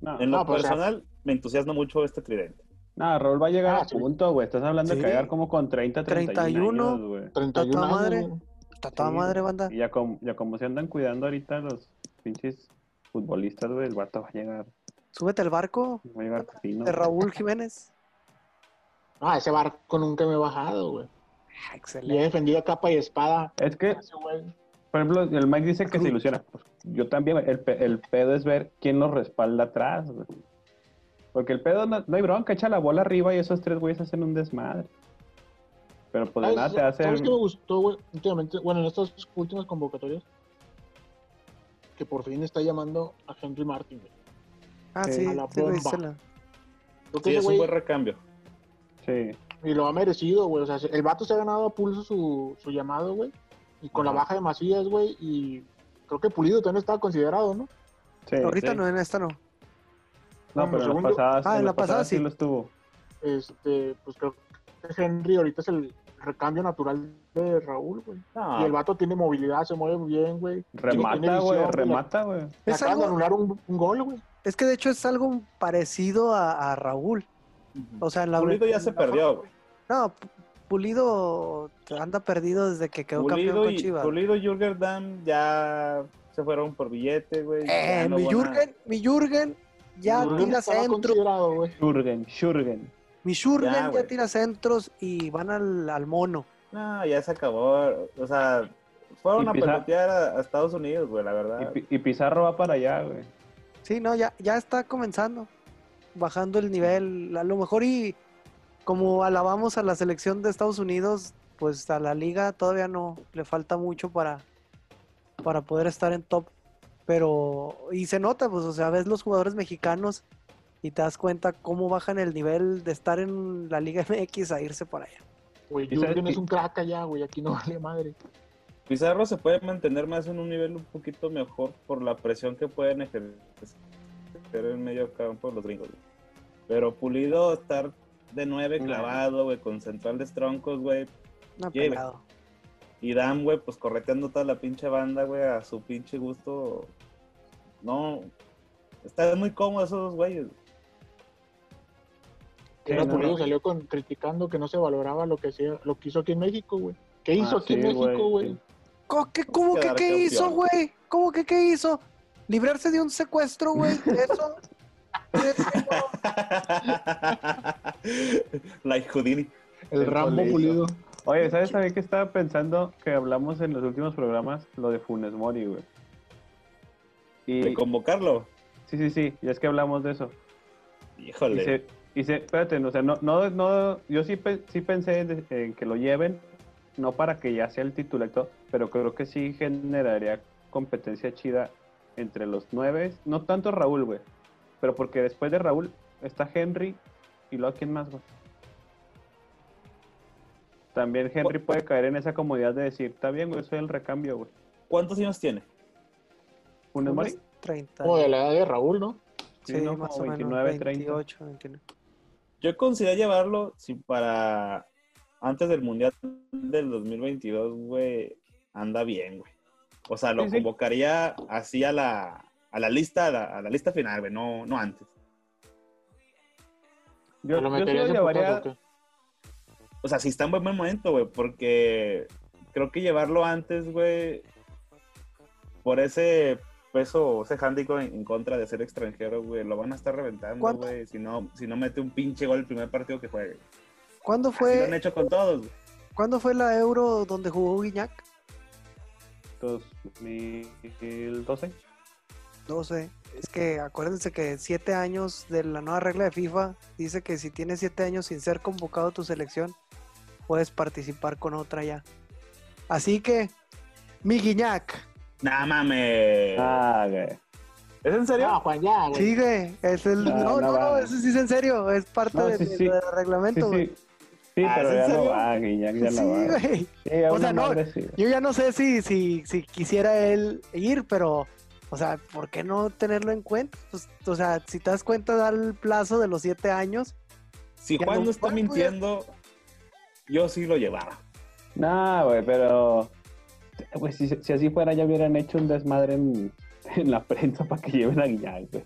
Speaker 4: No,
Speaker 1: En lo
Speaker 3: Ah, pues,
Speaker 1: personal, me entusiasma mucho este tridente.
Speaker 4: no, Raúl va a llegar
Speaker 3: Ah,
Speaker 4: a
Speaker 3: sí.
Speaker 4: punto, güey. Estás hablando
Speaker 2: Sí.
Speaker 4: que va a llegar como con 30, 31,
Speaker 2: 31.
Speaker 4: años, güey.
Speaker 3: 31
Speaker 2: Tata
Speaker 3: años,
Speaker 2: madre.
Speaker 3: güey.
Speaker 2: está toda
Speaker 4: Sí,
Speaker 2: madre, banda.
Speaker 4: Y ya, com- ya como se andan cuidando ahorita los pinches futbolistas, güey, el vato va a llegar,
Speaker 2: Súbete al barco
Speaker 4: va a llegar fino.
Speaker 2: de Raúl Jiménez.
Speaker 3: Ah, ese barco nunca me he bajado, güey.
Speaker 2: Ah,
Speaker 3: Le he
Speaker 2: excelente.
Speaker 3: defendido a capa y espada.
Speaker 4: Es que,
Speaker 3: Ese güey.
Speaker 4: por ejemplo, el Mike dice que se ilusiona. Pues, Yo también, güey. el, pe- el pedo es ver quién los respalda atrás, güey. Porque el pedo no, no hay bronca, echa la bola arriba y esos tres güeyes hacen un desmadre. Pero pues de
Speaker 3: Ah, ¿Sabes-
Speaker 4: nada te hace.
Speaker 3: ¿Sabes qué me gustó, güey? Últimamente, bueno, en estas últimas convocatorias, que por fin está llamando a Henry Martin, güey.
Speaker 2: Ah,
Speaker 4: Sí,
Speaker 2: sí,
Speaker 3: a la
Speaker 2: sí, güey,
Speaker 3: bomba.
Speaker 2: se la-
Speaker 3: Creo que
Speaker 1: Sí,
Speaker 3: ese
Speaker 1: es un
Speaker 3: güey-
Speaker 1: buen recambio.
Speaker 4: Sí.
Speaker 3: Y lo ha merecido, güey. O sea, el vato se ha ganado a pulso su, su llamado, güey. Y con la
Speaker 1: Ajá.
Speaker 3: baja de Macías, güey. Y creo que Pulido también estaba considerado, ¿no?
Speaker 4: sí,
Speaker 2: Ahorita
Speaker 4: sí.
Speaker 2: no, en esta no.
Speaker 4: No, pero en las
Speaker 3: Segundo-
Speaker 4: pasadas.
Speaker 2: Ah, en
Speaker 4: en
Speaker 2: la
Speaker 4: las pasadas
Speaker 2: pasada
Speaker 4: sí
Speaker 2: sí.
Speaker 4: lo estuvo.
Speaker 3: Este, pues creo que Henry ahorita es el recambio natural de Raúl, güey.
Speaker 1: No,
Speaker 3: Y el vato tiene movilidad, se mueve bien, güey.
Speaker 4: Remata,
Speaker 3: tiene
Speaker 4: güey,
Speaker 3: visión, güey.
Speaker 4: remata, güey.
Speaker 3: Le
Speaker 2: Es
Speaker 3: acaban de
Speaker 2: algo-
Speaker 3: anular un, un gol, güey.
Speaker 2: Es que de hecho es algo parecido a, a Raúl.
Speaker 1: Ujú.
Speaker 2: O sea, en la
Speaker 1: Pulido ya
Speaker 2: en
Speaker 1: se
Speaker 2: la-
Speaker 1: perdió, güey.
Speaker 2: No, P- Pulido anda perdido desde que quedó campeón
Speaker 1: Pulido
Speaker 2: con
Speaker 1: y,
Speaker 2: Chivas.
Speaker 1: Pulido y Jürgen Damm ya se fueron por billete, güey.
Speaker 2: Eh,
Speaker 1: Ya no
Speaker 2: mi
Speaker 1: van a-
Speaker 2: Jürgen, mi Jürgen ya
Speaker 3: Raúl
Speaker 2: tira
Speaker 3: estaba
Speaker 2: centros,
Speaker 3: considerado, güey.
Speaker 4: Shurgen, Shurgen.
Speaker 2: mi Jürgen
Speaker 1: Ya,
Speaker 2: ya,
Speaker 1: güey.
Speaker 2: tira centros y van al, al mono.
Speaker 1: No, ya se acabó. O sea, fueron
Speaker 4: Y
Speaker 1: a
Speaker 4: Pizarro-
Speaker 1: pelotear a, a Estados Unidos, güey, la
Speaker 4: Y,
Speaker 1: verdad.
Speaker 4: Pi- y Pizarro va para allá, güey.
Speaker 2: Sí, no, ya, ya está comenzando, bajando el nivel, a lo mejor y como alabamos a la selección de Estados Unidos, pues a la liga todavía no le falta mucho para, para poder estar en top. Pero, y se nota, pues, o sea, ves los jugadores mexicanos y te das cuenta cómo bajan el nivel de estar en la Liga [LAUGHS] MX a irse para allá.
Speaker 3: Güey,
Speaker 4: ¿Y sabes
Speaker 3: Jürgen es
Speaker 4: qué?
Speaker 3: un crack allá, güey. Aquí no [LAUGHS] vale madre.
Speaker 1: Pizarro se puede mantener más en un nivel un poquito mejor por la presión que pueden ejercer en medio campo los gringos. güey. Pero Pulido estar de nueve
Speaker 4: Ujú.
Speaker 1: clavado, güey, con centrales troncos, güey.
Speaker 2: No,
Speaker 1: Llega.
Speaker 2: pelado.
Speaker 1: Y Dan, güey, pues correteando toda la pinche banda, güey, a su pinche gusto. No, Están muy cómodos esos dos güeyes. [LAUGHS]
Speaker 3: Que
Speaker 4: Sí,
Speaker 3: Rafa
Speaker 4: no,
Speaker 3: Pulido
Speaker 4: no.
Speaker 3: salió con, criticando que no se valoraba lo que, hacía- lo que hizo aquí en México, güey. ¿Qué hizo
Speaker 4: Ah,
Speaker 3: aquí en
Speaker 4: sí, güey,
Speaker 3: México, güey?
Speaker 4: sí.
Speaker 2: ¿Cómo que, cómo que
Speaker 1: Quedar
Speaker 2: qué hizo,
Speaker 1: campeón.
Speaker 2: güey? ¿Cómo que qué hizo? ¿Librarse de un
Speaker 1: [LAUGHS]
Speaker 2: secuestro, güey? ¿Eso?
Speaker 1: like Houdini.
Speaker 3: El
Speaker 4: El
Speaker 3: Rambo
Speaker 4: Pulido.
Speaker 3: Pulido.
Speaker 4: Oye, ¿sabes también que estaba pensando que hablamos en los últimos programas? Lo de Funes Mori, güey.
Speaker 1: De
Speaker 4: Y,
Speaker 1: convocarlo.
Speaker 4: sí, sí, sí, ya es que hablamos de eso. Y
Speaker 1: Híjole.
Speaker 4: se, y se- espérate, no, o sea, no, no, no, yo sí, pe- sí pensé en, en que lo lleven, no para que ya sea el titular, y todo, pero creo que sí generaría competencia chida entre los nueve, no tanto Raúl, güey, pero porque después de Raúl está Henry y luego quién más, güey. También Henry puede caer en esa comodidad de decir, está bien, güey, soy el recambio, güey.
Speaker 1: ¿Cuántos años tiene?
Speaker 3: Pues
Speaker 4: Funes Mori,
Speaker 2: 30.
Speaker 3: O de la edad de Raúl, ¿no?
Speaker 4: sí, ¿no? Como 29, 30.
Speaker 2: 28, 29.
Speaker 1: Yo consideré llevarlo si para antes del Mundial del 2022, güey, anda bien, güey. O sea, lo
Speaker 4: Sí, sí.
Speaker 1: convocaría así a la, a la lista, a la, a la lista final, güey, no, no antes.
Speaker 4: Yo,
Speaker 3: ¿Lo
Speaker 4: yo sí
Speaker 3: meterías
Speaker 4: lo
Speaker 3: de
Speaker 4: llevaría,
Speaker 3: putazo o qué?
Speaker 1: O sea, si está en buen buen momento, güey, porque creo que llevarlo antes, güey, por ese peso, o ese hándico en, en contra de ser extranjero, güey, lo van a estar reventando,
Speaker 2: ¿Cuánto?
Speaker 1: güey, si no, si no mete un pinche gol el primer partido que juegue.
Speaker 2: ¿Cuándo
Speaker 1: Así lo han
Speaker 2: fue,
Speaker 1: hecho con todos, güey.
Speaker 2: ¿Cuándo fue la Euro donde jugó Guiñac?
Speaker 4: 2012.
Speaker 2: No sé. Es que acuérdense que siete años de la nueva regla de FIFA dice que si tienes siete años sin ser convocado a tu selección, puedes participar con otra ya. Así que, mi Guiñac,
Speaker 1: Nah, mames.
Speaker 4: Ah, güey.
Speaker 1: ¿Es en serio?
Speaker 3: Ah, Juan, ya, güey.
Speaker 2: sigue. Es el...
Speaker 4: No,
Speaker 2: No, no,
Speaker 4: no
Speaker 2: no,
Speaker 4: vale.
Speaker 2: eso sí es en serio. Es parte
Speaker 4: No,
Speaker 2: de-
Speaker 4: sí,
Speaker 2: de-
Speaker 4: sí.
Speaker 2: del
Speaker 4: Sí,
Speaker 2: reglamento, güey.
Speaker 4: sí. Sí,
Speaker 1: Ah, ¿es
Speaker 4: pero
Speaker 1: en
Speaker 4: ya no
Speaker 1: serio?
Speaker 4: va, Guiñac, ya
Speaker 2: Sí,
Speaker 4: la va.
Speaker 2: güey.
Speaker 4: Sí,
Speaker 2: O sea,
Speaker 4: una
Speaker 2: no,
Speaker 4: madre sí, güey.
Speaker 2: Yo ya no sé si, si, si quisiera él ir, pero, o sea, ¿por qué no tenerlo en cuenta? Pues, o sea, si te das cuenta, da el plazo de los siete años.
Speaker 1: Si
Speaker 2: Ya
Speaker 1: Juan
Speaker 2: no
Speaker 1: no está
Speaker 2: fue, güey.
Speaker 1: mintiendo, yo sí lo llevaba.
Speaker 4: No, güey, pero. Güey, si, si así fuera, ya hubieran hecho un desmadre en, [LAUGHS] en la prensa para que lleven a Guiñac, güey.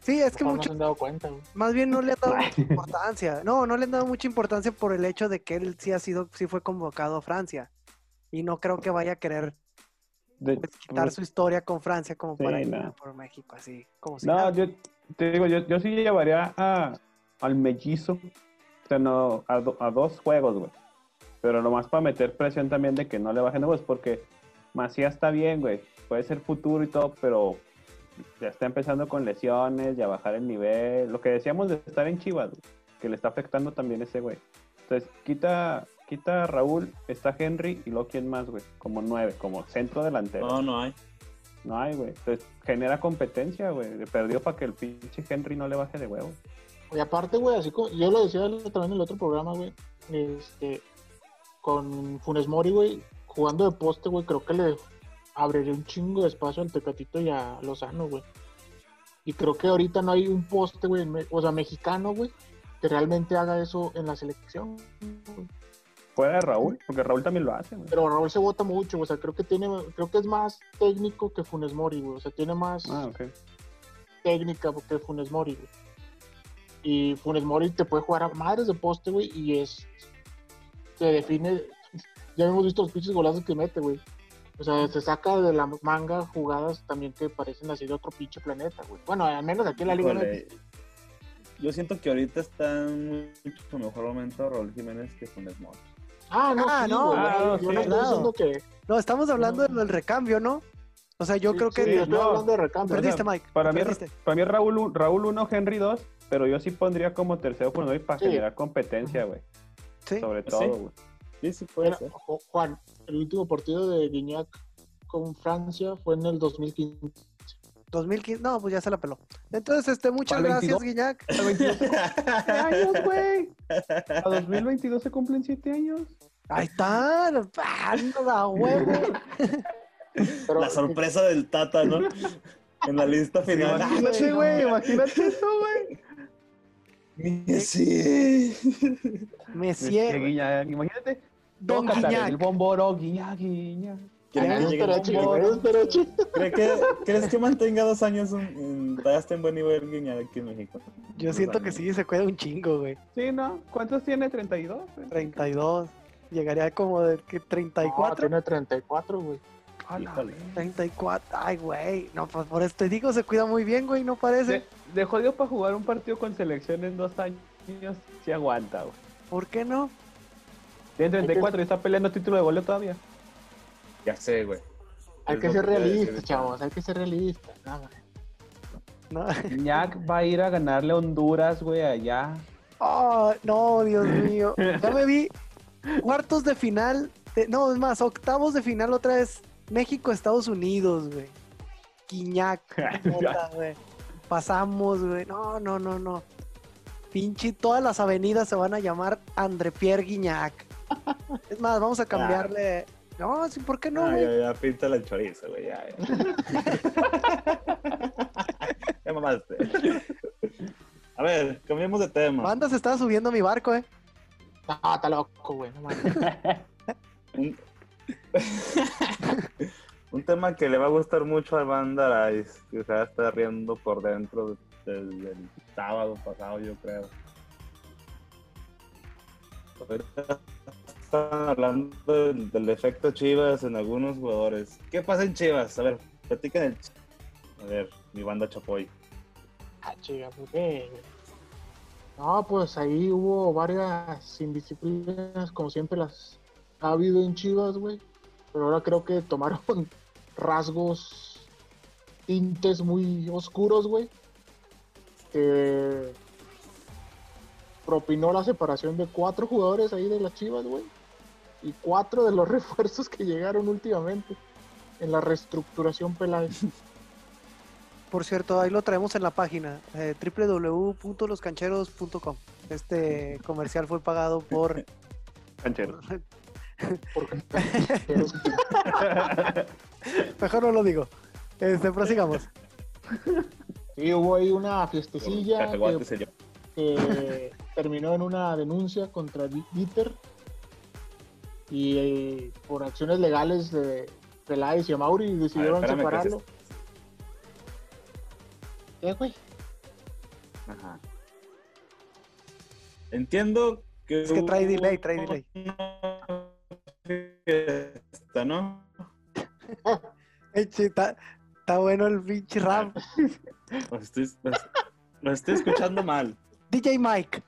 Speaker 2: Sí, es que
Speaker 3: Mejor no se
Speaker 2: mucho,
Speaker 3: han dado cuenta, güey.
Speaker 2: más bien no le han dado
Speaker 4: [LAUGHS]
Speaker 2: mucha importancia. No, no le han dado mucha importancia por el hecho de que él sí ha sido, sí fue convocado a Francia. Y no creo que vaya a querer
Speaker 4: De-
Speaker 2: pues, quitar su historia con Francia como
Speaker 4: Sí,
Speaker 2: para ir
Speaker 4: no.
Speaker 2: por México, así como si
Speaker 4: No,
Speaker 2: nada.
Speaker 4: yo te digo, yo, yo sí llevaría a, al mellizo, o sea, no, a, do- a dos juegos, güey. Pero nomás para meter presión también de que no le bajen huevos, porque Macías está bien, güey. Puede ser futuro y todo, pero ya está empezando con lesiones, ya bajar el nivel. Lo que decíamos de estar en Chivas, güey, que le está afectando también ese güey. Entonces, quita, quita a Raúl, está Henry y luego quién más, güey. Como nueve, como centro delantero.
Speaker 1: No, no hay.
Speaker 4: No hay, güey. Entonces genera competencia, güey. Le Perdió para que el pinche Henry no le baje de huevo.
Speaker 3: Y aparte, güey, así como yo lo decía el- también en el otro programa, güey, este, con Funes Mori, güey, jugando de poste, güey, creo que le abriría un chingo de espacio al Tecatito y a Lozano, güey. Y creo que ahorita no hay un poste, güey, en me- o sea, mexicano, güey, que realmente haga eso en la selección. güey.
Speaker 4: Fuera de Raúl, porque Raúl también lo hace, güey.
Speaker 3: Pero Raúl se vota mucho, güey, o sea, creo que tiene, creo que es más técnico que Funes Mori, güey, o sea, tiene más
Speaker 4: Ah, ok.
Speaker 3: técnica porque Funes Mori, güey. Y Funes Mori te puede jugar a madres de poste, güey, y es. Se define. Ya hemos visto los pinches golazos que mete, güey. O sea, se saca de la manga jugadas también que parecen así de otro pinche planeta, güey. Bueno, al menos aquí en la Liga MX.
Speaker 1: Híjole. Yo siento que ahorita está en mucho mejor momento Raúl Jiménez que Funes Mori.
Speaker 3: Ah, no,
Speaker 2: Ah,
Speaker 3: sí,
Speaker 2: no,
Speaker 3: güey.
Speaker 4: ah, no,
Speaker 3: Yo no
Speaker 4: sí.
Speaker 3: estoy diciendo que.
Speaker 2: No, estamos hablando
Speaker 3: No.
Speaker 2: del recambio, ¿no? O sea, yo
Speaker 3: sí,
Speaker 2: creo que...
Speaker 3: sí, yo estoy
Speaker 4: no.
Speaker 3: hablando de recambio.
Speaker 2: Perdiste, Mike.
Speaker 4: Para mí,
Speaker 2: perdiste.
Speaker 4: para mí Raúl, un- Raúl 1, Henry 2, pero yo sí pondría como tercero por hoy para
Speaker 3: Sí.
Speaker 4: generar competencia, güey.
Speaker 2: Sí.
Speaker 4: Sobre
Speaker 1: Pues sí.
Speaker 4: todo, güey.
Speaker 1: Sí, sí puede
Speaker 3: Mira,
Speaker 1: ser.
Speaker 3: Ju- Juan, el último partido de Guiñac con Francia fue en el 2015.
Speaker 2: 2015, no, pues ya se la peló. Entonces, este, muchas
Speaker 4: ¿Para el
Speaker 2: gracias, Guiñac.
Speaker 4: años, güey! A 2022 se cumplen 7 años.
Speaker 2: Ahí está, la huevo.
Speaker 3: Pero,
Speaker 1: La sorpresa del Tata, ¿no? en la lista final. Ah,
Speaker 4: Imagínate, güey, imagínate eso, güey.
Speaker 1: Sí.
Speaker 2: Me
Speaker 4: Este, Guiñac, Imagínate.
Speaker 2: Don
Speaker 4: Tócatale, El
Speaker 2: Guiñac.
Speaker 4: bomboro, guiña, guiña.
Speaker 1: ¿Quieren
Speaker 3: Ah,
Speaker 1: que
Speaker 3: eso
Speaker 1: llegue
Speaker 3: estaría
Speaker 1: a
Speaker 3: chido,
Speaker 1: Bono?
Speaker 3: eso estaría chido.
Speaker 1: ¿Cree que, ¿Crees que mantenga dos años un, en, todavía esté en buen nivel Guiñac aquí en México?
Speaker 2: Yo
Speaker 1: Dos
Speaker 2: siento que
Speaker 1: años.
Speaker 2: sí, se cuida un chingo, güey.
Speaker 4: Sí, ¿no? ¿Cuántos tiene? ¿32?
Speaker 2: 32. Llegaría como de que
Speaker 3: No,
Speaker 2: 34.
Speaker 3: tiene 34, güey.
Speaker 4: Ah,
Speaker 1: Híjole.
Speaker 2: 34. Ay, güey. No, pues por esto te digo, se cuida muy bien, güey. No parece.
Speaker 4: De, de jodido para jugar un partido con selección en dos años, sí aguanta, güey.
Speaker 2: ¿Por qué no?
Speaker 4: Tiene 34 y está peleando título de goleo todavía.
Speaker 1: Ya sé, güey.
Speaker 3: Hay
Speaker 1: Es
Speaker 3: que
Speaker 1: lo
Speaker 3: ser
Speaker 1: que te iba a decir,
Speaker 3: realistas,
Speaker 1: chavo.
Speaker 3: chavos, hay que ser realistas. No, güey.
Speaker 2: No,
Speaker 4: Ñac va a ir a ganarle a Honduras, güey, [LAUGHS] allá.
Speaker 2: Oh,
Speaker 1: [LAUGHS]
Speaker 2: no Dios mío. Ya me vi cuartos de final. de- no, es más, octavos de final otra vez. México-Estados Unidos, güey. Quiñac.
Speaker 1: [LAUGHS]
Speaker 2: neta, güey. Pasamos, güey. No, no, no, no. Pinche, todas las avenidas se van a llamar André Pierre
Speaker 1: [LAUGHS]
Speaker 2: Guiñac. Es más, vamos a cambiarle. No, sí, ¿por qué no,
Speaker 1: Ah,
Speaker 2: güey?
Speaker 1: ya, ya, pinta la chorizo, güey. Ya, ya.
Speaker 2: [LAUGHS]
Speaker 1: ya mamaste. A ver, cambiemos de tema.
Speaker 2: Banda se estaba subiendo a mi barco, eh.
Speaker 3: No, está loco, güey. No, mames.
Speaker 1: Un... Un tema que le va a gustar mucho al Banda Rice, que se va a estar riendo por dentro desde el sábado pasado, yo creo. Ahorita están hablando del, del efecto Chivas en algunos jugadores. ¿Qué pasa en Chivas? A ver, platiquen el... Ch- A ver, mi banda Chapoy.
Speaker 3: Ah, chica, ¿por qué, güey? No, pues ahí hubo varias indisciplinas, como siempre las ha habido en Chivas, güey. Pero ahora creo que tomaron [LAUGHS] rasgos, tintes muy oscuros, güey. Que propinó la separación de cuatro jugadores ahí de las Chivas, güey. Y cuatro de los [LAUGHS] refuerzos que llegaron últimamente en la reestructuración Peláez.
Speaker 2: Por cierto, ahí lo traemos en la página eh, www.loscancheros.com. Este comercial fue pagado por
Speaker 4: Canchero.
Speaker 3: Porque
Speaker 2: Mejor no lo digo. Este, prosigamos.
Speaker 3: Sí, hubo ahí una fiestecilla
Speaker 1: Cacahuate
Speaker 3: que,
Speaker 1: se llama.
Speaker 3: que [LAUGHS] terminó en una denuncia contra Di- Dieter y eh, por acciones legales de Peláez y Amauri decidieron
Speaker 1: espérame, que
Speaker 3: separarlo. ¿Qué, güey?
Speaker 1: Ajá. Entiendo que.
Speaker 2: Es que trae
Speaker 1: hubo
Speaker 2: delay, trae delay.
Speaker 1: una fiesta, ¿no?
Speaker 2: Eh, sí, Está está bueno el pinche rap.
Speaker 1: Lo Pues estoy, los- los estoy escuchando mal.
Speaker 2: DJ Mike.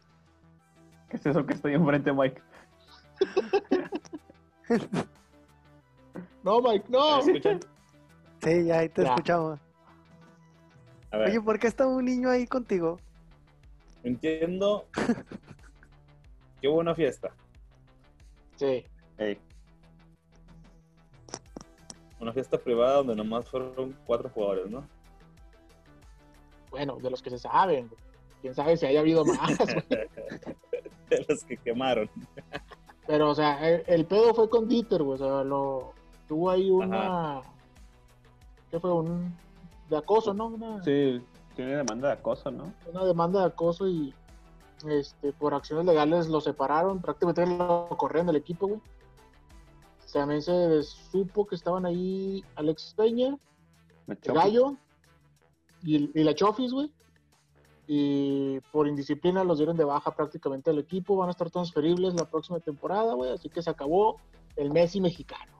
Speaker 4: ¿Qué es eso que estoy enfrente, Mike?
Speaker 3: No, Mike,
Speaker 1: ¿Me
Speaker 3: no.
Speaker 1: escuchan?
Speaker 2: Sí, ya ahí te
Speaker 3: Ya.
Speaker 2: escuchamos.
Speaker 1: A ver,
Speaker 2: Oye, ¿por qué está un niño ahí contigo?
Speaker 1: entiendo que hubo una fiesta.
Speaker 3: Sí,
Speaker 1: Una fiesta privada donde nomás fueron cuatro jugadores, ¿no? [LAUGHS]
Speaker 3: bueno, de los que se saben. güey. Quién sabe si haya habido más, [LAUGHS] güey.
Speaker 1: De los que quemaron.
Speaker 3: Pero, o sea, el, el pedo fue con Dieter, güey. O sea, lo, tuvo ahí una. ¿Qué fue? Un. De acoso, ¿no? Una,
Speaker 4: Sí, tiene demanda de acoso, ¿no?
Speaker 3: una demanda de acoso y este, por acciones legales lo separaron, prácticamente lo corrieron del equipo, güey. También se supo que estaban ahí Alex Peña,
Speaker 4: Me
Speaker 3: el
Speaker 4: choca.
Speaker 3: Gallo y, y la Chofis, güey. Y por indisciplina los dieron de baja prácticamente al equipo, van a estar transferibles la próxima temporada, güey. Así que se acabó el Messi mexicano.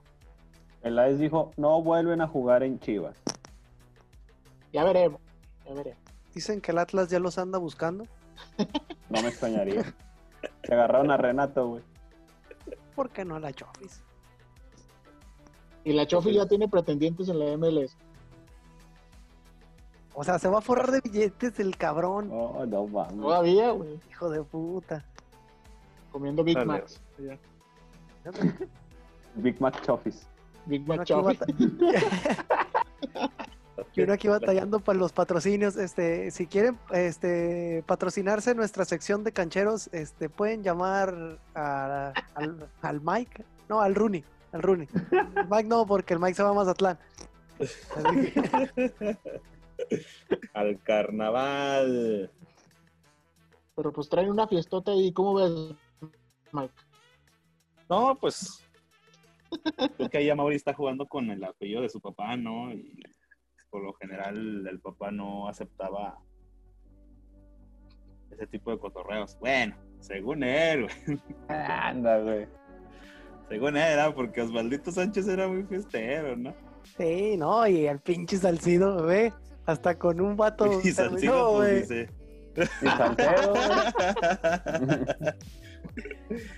Speaker 4: Peláez dijo, no vuelven a jugar en Chivas.
Speaker 3: Ya veremos, ya veremos.
Speaker 2: Dicen que el Atlas ya los anda buscando.
Speaker 4: No me [LAUGHS] extrañaría. Se agarraron a Renato, güey.
Speaker 2: ¿Por qué no la Chofis?
Speaker 3: Y la Chofis ya tiene pretendientes en la MLS.
Speaker 2: O sea, se va a forrar de billetes el cabrón,
Speaker 4: Oh, no mames.
Speaker 3: Todavía, güey,
Speaker 2: hijo
Speaker 3: [LAUGHS]
Speaker 2: de puta.
Speaker 3: comiendo Big
Speaker 1: Dale.
Speaker 3: Macs. allá.
Speaker 4: Big Mac Chofis.
Speaker 3: Big
Speaker 2: Yo
Speaker 3: Mac
Speaker 2: aquí,
Speaker 3: Chofis.
Speaker 2: bata- Y uno aquí batallando para los patrocinios. Este, si quieren este, patrocinarse nuestra sección de cancheros, este, pueden llamar a- al, al Mike. No, al Rooney. Al Rooney. El Mike no, porque el Mike se va a Mazatlán.
Speaker 4: [LAUGHS]
Speaker 2: Así que,
Speaker 1: Al carnaval.
Speaker 3: Pero pues traen una fiestota ahí, ¿cómo ves, Mike?
Speaker 1: No, pues. Creo que ahí Mauri está jugando con el apellido de su papá, ¿no? Y por lo general el papá no aceptaba ese tipo de cotorreos. Bueno, según él, güey.
Speaker 4: Anda, güey.
Speaker 1: según él era porque Osvaldito Sánchez era muy fiestero, ¿no?
Speaker 2: Sí, no, y el pinche Salcido, ve, hasta con un vato.
Speaker 1: [LAUGHS] y
Speaker 2: terminó,
Speaker 1: Salcido
Speaker 2: güey,
Speaker 1: pues dice,
Speaker 4: Y saltero, güey. [LAUGHS]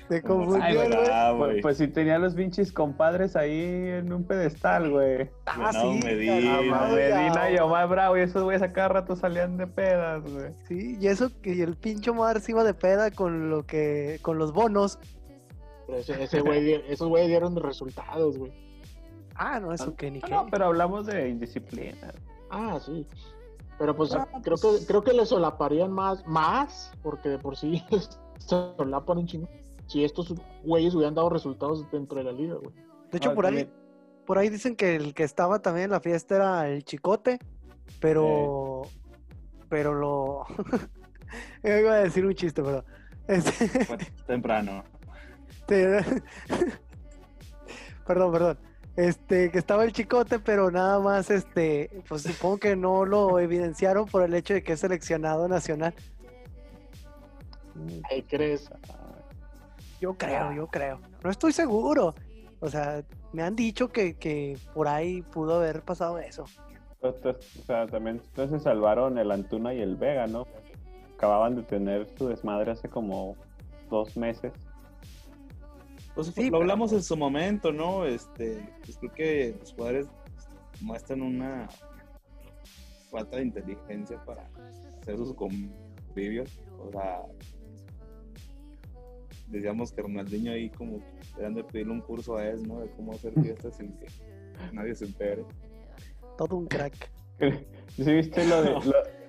Speaker 2: Se [LAUGHS] confundió,
Speaker 4: Ay,
Speaker 2: güey.
Speaker 1: ah,
Speaker 4: Pues,
Speaker 1: güey,
Speaker 4: pues si tenía los pinches compadres ahí en un pedestal, güey.
Speaker 2: Ah,
Speaker 1: Venado
Speaker 2: sí,
Speaker 1: Medina,
Speaker 2: caramba,
Speaker 1: Ay,
Speaker 4: Medina y
Speaker 2: ya,
Speaker 4: Omar Bravo, y esos güeyes a cada rato salían de pedas, güey.
Speaker 2: Sí, y eso que el pinche Omar se iba de peda con lo que, con los bonos.
Speaker 3: Pero ese, ese güey, di-
Speaker 2: [LAUGHS]
Speaker 3: esos güeyes dieron resultados, güey.
Speaker 2: Ah, no, eso que ni
Speaker 4: Ah,
Speaker 2: qué.
Speaker 4: No, pero hablamos de indisciplina.
Speaker 3: Ah, sí. Pero pues
Speaker 2: Ah,
Speaker 3: creo
Speaker 2: pues.
Speaker 3: que creo que le solaparían más, más, porque de por sí [LAUGHS] se solapan un chingo. Si estos güeyes hubieran dado resultados dentro de la liga, güey.
Speaker 2: De hecho,
Speaker 4: Ah,
Speaker 2: por ahí,
Speaker 4: también.
Speaker 2: por ahí dicen que el que estaba también en la fiesta era el chicote, pero, pero lo, [LAUGHS] Yo iba a decir un chiste, pero, [LAUGHS] este, [LAUGHS]
Speaker 1: fue temprano.
Speaker 2: te- perdón, perdón, este, que estaba el chicote, pero nada más, este, pues supongo que no lo evidenciaron por el hecho de que es seleccionado nacional.
Speaker 3: Ay, crees?
Speaker 2: Yo creo, yo creo. No estoy seguro. O sea, me han dicho que, que por ahí pudo haber pasado eso.
Speaker 4: Entonces, pues, o sea, también entonces se salvaron el Antuna y el Vega, ¿no? Acababan de tener su desmadre hace como dos meses. [LAUGHS]
Speaker 1: Pues
Speaker 2: Sí,
Speaker 1: lo
Speaker 2: pero-
Speaker 1: hablamos en su momento, ¿no? Este, pues creo que los jugadores este, muestran una falta de inteligencia para hacer sus convivios. O sea, decíamos que Ronaldinho ahí como esperando de pedirle un curso a él, ¿no? De cómo hacer fiestas sin que nadie se entere.
Speaker 2: Todo un crack.
Speaker 4: ¿Sí viste lo de, lo-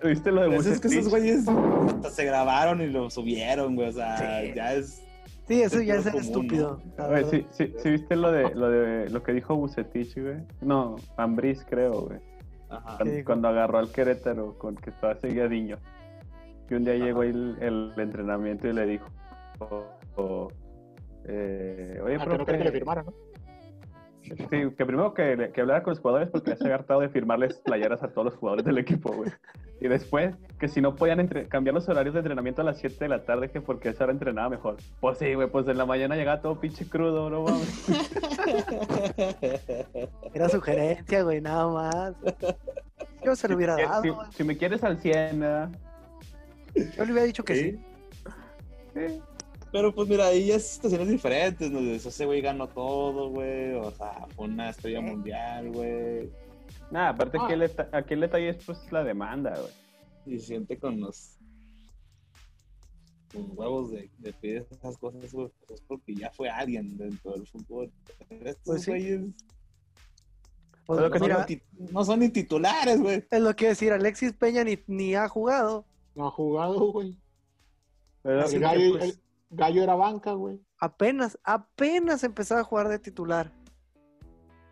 Speaker 4: ¿viste lo de
Speaker 1: Pues es que
Speaker 4: Bucetich?
Speaker 1: esos güeyes hasta se grabaron y lo subieron, güey. O sea,
Speaker 2: Sí.
Speaker 1: ya es...
Speaker 2: Sí, eso
Speaker 1: Es
Speaker 2: ya
Speaker 1: lo
Speaker 2: es
Speaker 1: común,
Speaker 2: estúpido. la
Speaker 4: Güey,
Speaker 2: verdad.
Speaker 4: sí, sí, sí viste lo de, lo de lo que dijo Bucetich, güey. No, Ambriz creo, güey.
Speaker 1: [LAUGHS] Ajá.
Speaker 2: Sí,
Speaker 4: Cuando,
Speaker 2: güey.
Speaker 4: cuando agarró al Querétaro con que estaba seguidinho. Y un día
Speaker 1: Ajá.
Speaker 4: llegó el, el entrenamiento y le dijo, o- eh, oye,
Speaker 3: Ah, que no creo que le
Speaker 4: profe,
Speaker 3: firmaran, ¿no?
Speaker 4: Sí, que primero que, que hablara con los jugadores porque ya se había hartado de firmarles playeras a todos los jugadores del equipo, güey. Y después, que si no podían entre- cambiar los horarios de entrenamiento a las 7 de la tarde, que porque a esa hora entrenaba mejor. Pues sí, güey, pues en la mañana llegaba todo pinche crudo,
Speaker 3: [LAUGHS]
Speaker 4: no mames.
Speaker 2: Era sugerencia, güey, nada más. Yo se lo hubiera
Speaker 4: Si-
Speaker 2: dado.
Speaker 4: si,
Speaker 2: güey.
Speaker 4: si me quieres al 100, nada.
Speaker 2: Yo le hubiera dicho que sí.
Speaker 1: Sí. Pero pues mira, ahí ya es situaciones diferentes, ¿no? De eso ese güey ganó todo, güey. O sea, fue una estrella mundial, güey.
Speaker 4: Nada, aparte
Speaker 3: Ah.
Speaker 4: aquí el, deta- aquí el detalle es pues la demanda, güey.
Speaker 1: Y se siente con los, con los huevos de, de pedir esas cosas, güey. pues, Es porque ya fue alguien dentro del fútbol. Pero Estos
Speaker 2: Pues sí.
Speaker 1: güeyes
Speaker 2: Pues,
Speaker 4: Lo que
Speaker 1: no,
Speaker 2: mira,
Speaker 1: son ni tit- no son ni titulares, güey.
Speaker 2: es lo que decir, Alexis Peña ni, ni ha jugado.
Speaker 3: No ha jugado, güey.
Speaker 4: Pero-
Speaker 2: Así
Speaker 3: El
Speaker 2: que,
Speaker 3: gallo,
Speaker 2: pues,
Speaker 3: el gallo era banca, güey.
Speaker 2: Apenas, apenas empezaba a jugar de titular.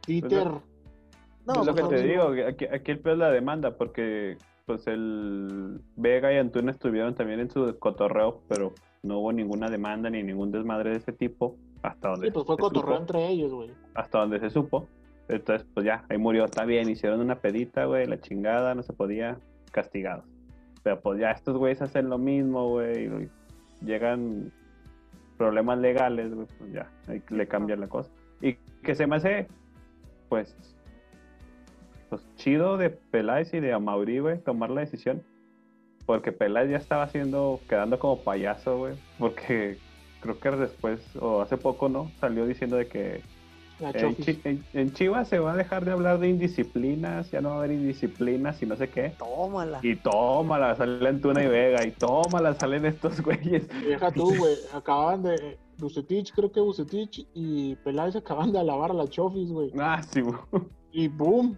Speaker 3: Dieter.
Speaker 2: No,
Speaker 4: es lo que
Speaker 2: pues,
Speaker 4: te digo, que aquí, aquí el peor es la demanda, porque pues el Vega y Antuna estuvieron también en su cotorreo, pero no hubo ninguna demanda ni ningún desmadre de ese tipo hasta donde,
Speaker 3: Sí, pues fue
Speaker 4: se
Speaker 3: cotorreo
Speaker 4: supo,
Speaker 3: entre ellos, güey.
Speaker 4: hasta donde se supo. Entonces, pues ya, ahí murió, está bien, hicieron una pedita, güey, la chingada, no se podía, castigados. Pero pues ya estos güeyes hacen lo mismo, güey, y llegan problemas legales, güey, pues ya, ahí le cambia la cosa. Y que se me hace, pues, pues chido de Peláez y de Amaury, güey, tomar la decisión. Porque Peláez ya estaba haciendo, quedando como payaso, güey, porque creo que después, o hace poco, ¿no? Salió diciendo de que
Speaker 3: La
Speaker 4: en,
Speaker 3: Chofis.
Speaker 4: Chi- en- en Chivas se va a dejar de hablar de indisciplinas, ya no va a haber indisciplinas y no sé qué.
Speaker 2: Tómala.
Speaker 4: Y tómala, sale Antuna y Vega, y tómala, salen estos [LAUGHS] güeyes.
Speaker 3: Y Deja [LAUGHS] tú, güey. Acababan de. Bucetich, creo que Bucetich y Peláez [LAUGHS] acaban de alabar a la Chofis, güey.
Speaker 4: Ah, sí, güey.
Speaker 3: Y boom.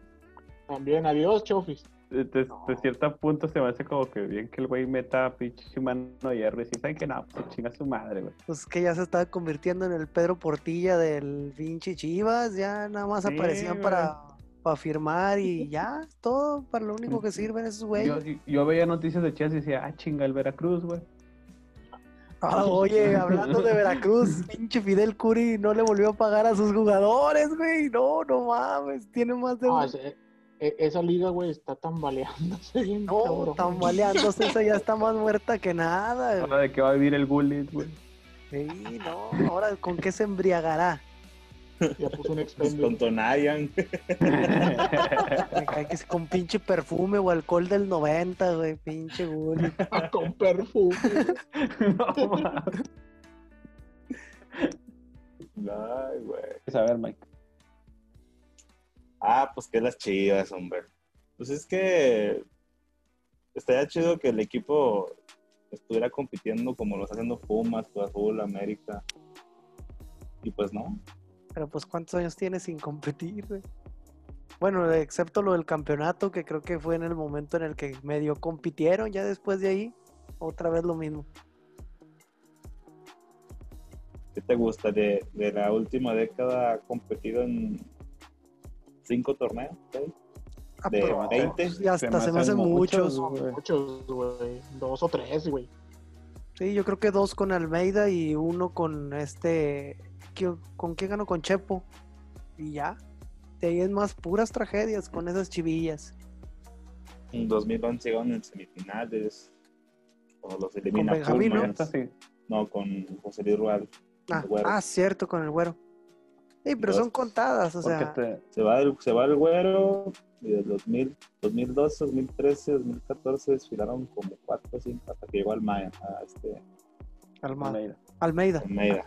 Speaker 3: También, adiós,
Speaker 2: [LAUGHS]
Speaker 3: Chofis.
Speaker 4: Entonces, de cierto punto se me hace como que bien que el güey meta pinche mano de hierro y si saben que no, pues chinga su madre, güey.
Speaker 2: Pues que ya se estaba convirtiendo en el Pedro Portilla del pinche Chivas, ya nada más
Speaker 4: Sí,
Speaker 2: aparecían
Speaker 4: güey.
Speaker 2: para, para firmar y ya, todo para lo único que sirven esos güeyes.
Speaker 4: Yo, yo veía noticias de Chivas y decía, ah, chinga el Veracruz, güey.
Speaker 2: Ah, oye, hablando de Veracruz, pinche Fidel Curi no le volvió a pagar a sus jugadores, güey. No, no mames, tiene más de
Speaker 3: Ah,
Speaker 2: un...
Speaker 3: ese- e- esa liga, güey, está tambaleándose bien,
Speaker 2: No,
Speaker 3: cabrón.
Speaker 2: tambaleándose, esa ya está más muerta que nada. güey.
Speaker 4: [LAUGHS] Ahora de que va a vivir el bullet,
Speaker 2: [LAUGHS]
Speaker 4: güey. [LAUGHS]
Speaker 2: Sí, no, ahora con qué se embriagará.
Speaker 3: Ya
Speaker 2: [LAUGHS]
Speaker 3: puso un
Speaker 1: Pues
Speaker 3: expendio.
Speaker 1: con Tonayan.
Speaker 2: Me cae que es con pinche perfume o alcohol del 90, güey, pinche Gulli.
Speaker 3: [LAUGHS] con
Speaker 2: [LAUGHS]
Speaker 3: perfume.
Speaker 4: no, mames.
Speaker 1: Ay, güey.
Speaker 4: a ver, Mike.
Speaker 1: Ah, pues que las chivas, hombre. Pues es que estaría chido que el equipo estuviera compitiendo como lo está haciendo Pumas, Cruz Azul, América. Y pues no.
Speaker 2: Pero pues, ¿cuántos años tiene sin competir, güey? Bueno, excepto lo del campeonato, que creo que fue en el momento en el que medio compitieron, ya después de ahí, otra vez lo mismo.
Speaker 1: ¿Qué te gusta? De, de la última década ha competido en cinco torneos, ¿sí?
Speaker 2: Ah,
Speaker 1: De
Speaker 2: pero-
Speaker 1: 20.
Speaker 2: y hasta se me hacen muchos.
Speaker 4: güey.
Speaker 3: Muchos, güey. Dos o tres, güey.
Speaker 2: Sí, yo creo que dos con Almeida y uno con este. ¿qué- ¿Con qué ganó? Con Chepo. Y ya. De ahí es más puras tragedias con esas chivillas.
Speaker 1: En 2011 llegaron en semifinales. Cuando los elimina
Speaker 2: Con Benjamín, ¿no?
Speaker 1: Pumas.
Speaker 4: Esta sí.
Speaker 1: No, con José Luis Rual.
Speaker 2: Ah,
Speaker 1: El güero.
Speaker 2: ah, cierto, con el güero. Sí, pero
Speaker 1: Dos.
Speaker 2: son contadas, o
Speaker 4: Porque
Speaker 2: sea.
Speaker 4: te-
Speaker 1: Se va el, se va el güero. Y del 2000, 2012, 2013, 2014 desfilaron como 4 o 5 hasta que llegó al Maya, a este
Speaker 2: Alma-
Speaker 4: Almeida.
Speaker 2: Almeida.
Speaker 1: Almeida.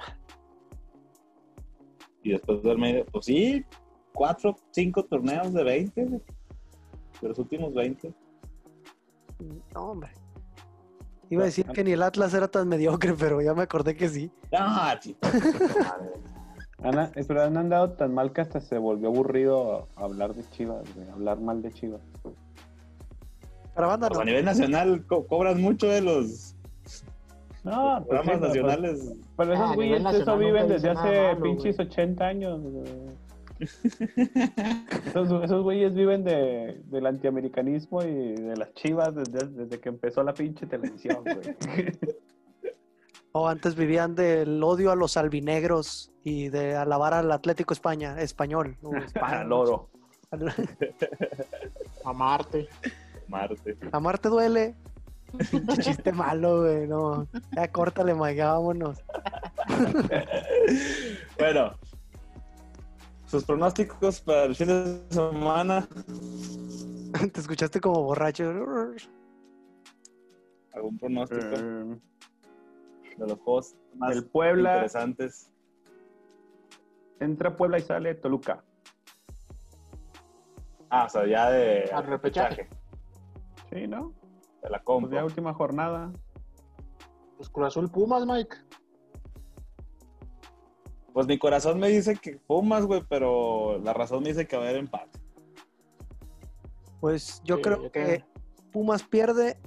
Speaker 1: Y después de Almeida, pues sí, 4, 5 torneos de 20, güey. de los últimos 20.
Speaker 2: No, hombre. Iba a decir que ni el Atlas era tan mediocre, [LAUGHS] pero ya me acordé que sí.
Speaker 1: ¡Ah, chico!
Speaker 4: Ana, eh, pero han andado tan mal que hasta se volvió aburrido hablar de Chivas, güey, hablar mal de Chivas.
Speaker 2: Para banda
Speaker 1: Pues
Speaker 2: no.
Speaker 1: a nivel nacional co- cobran mucho de los
Speaker 4: No, pues sí,
Speaker 1: programas
Speaker 4: pues,
Speaker 1: nacionales.
Speaker 4: Pero
Speaker 3: Ah,
Speaker 4: esos
Speaker 3: a
Speaker 4: güeyes
Speaker 3: nivel
Speaker 4: de eso
Speaker 3: nacional
Speaker 4: viven
Speaker 3: nunca
Speaker 4: desde
Speaker 3: dicen
Speaker 4: hace
Speaker 3: nada malo,
Speaker 4: pinches 80 años. güey. [LAUGHS] Esos, esos güeyes viven de, del antiamericanismo y de las chivas desde, desde que empezó la pinche televisión, güey. [LAUGHS]
Speaker 2: O antes vivían del odio a los albinegros y de alabar al Atlético España, español. o hispano.
Speaker 4: Al oro.
Speaker 2: Al-
Speaker 3: Amarte.
Speaker 1: Marte.
Speaker 2: Amar te duele. Pinche chiste malo, güey. No. Ya córtale, Mike, ya vámonos. [LAUGHS]
Speaker 1: Bueno, sus pronósticos para el fin de semana.
Speaker 2: Te escuchaste como borracho.
Speaker 1: ¿Algún pronóstico de
Speaker 4: Eh,
Speaker 1: los juegos más
Speaker 4: el Puebla,
Speaker 1: interesantes?
Speaker 4: entra Puebla y sale Toluca.
Speaker 1: Ah, o sea, ya de
Speaker 3: Al repechaje.
Speaker 4: Sí, ¿no?
Speaker 1: de la
Speaker 4: Pues ya
Speaker 1: compra.
Speaker 4: última jornada.
Speaker 3: Pues Cruz Azul Pumas, Mike.
Speaker 1: Pues mi corazón me dice que Pumas, güey, pero la razón me dice que va a haber empate.
Speaker 2: Pues yo
Speaker 3: Sí,
Speaker 2: creo
Speaker 3: yo
Speaker 2: que Pumas pierde,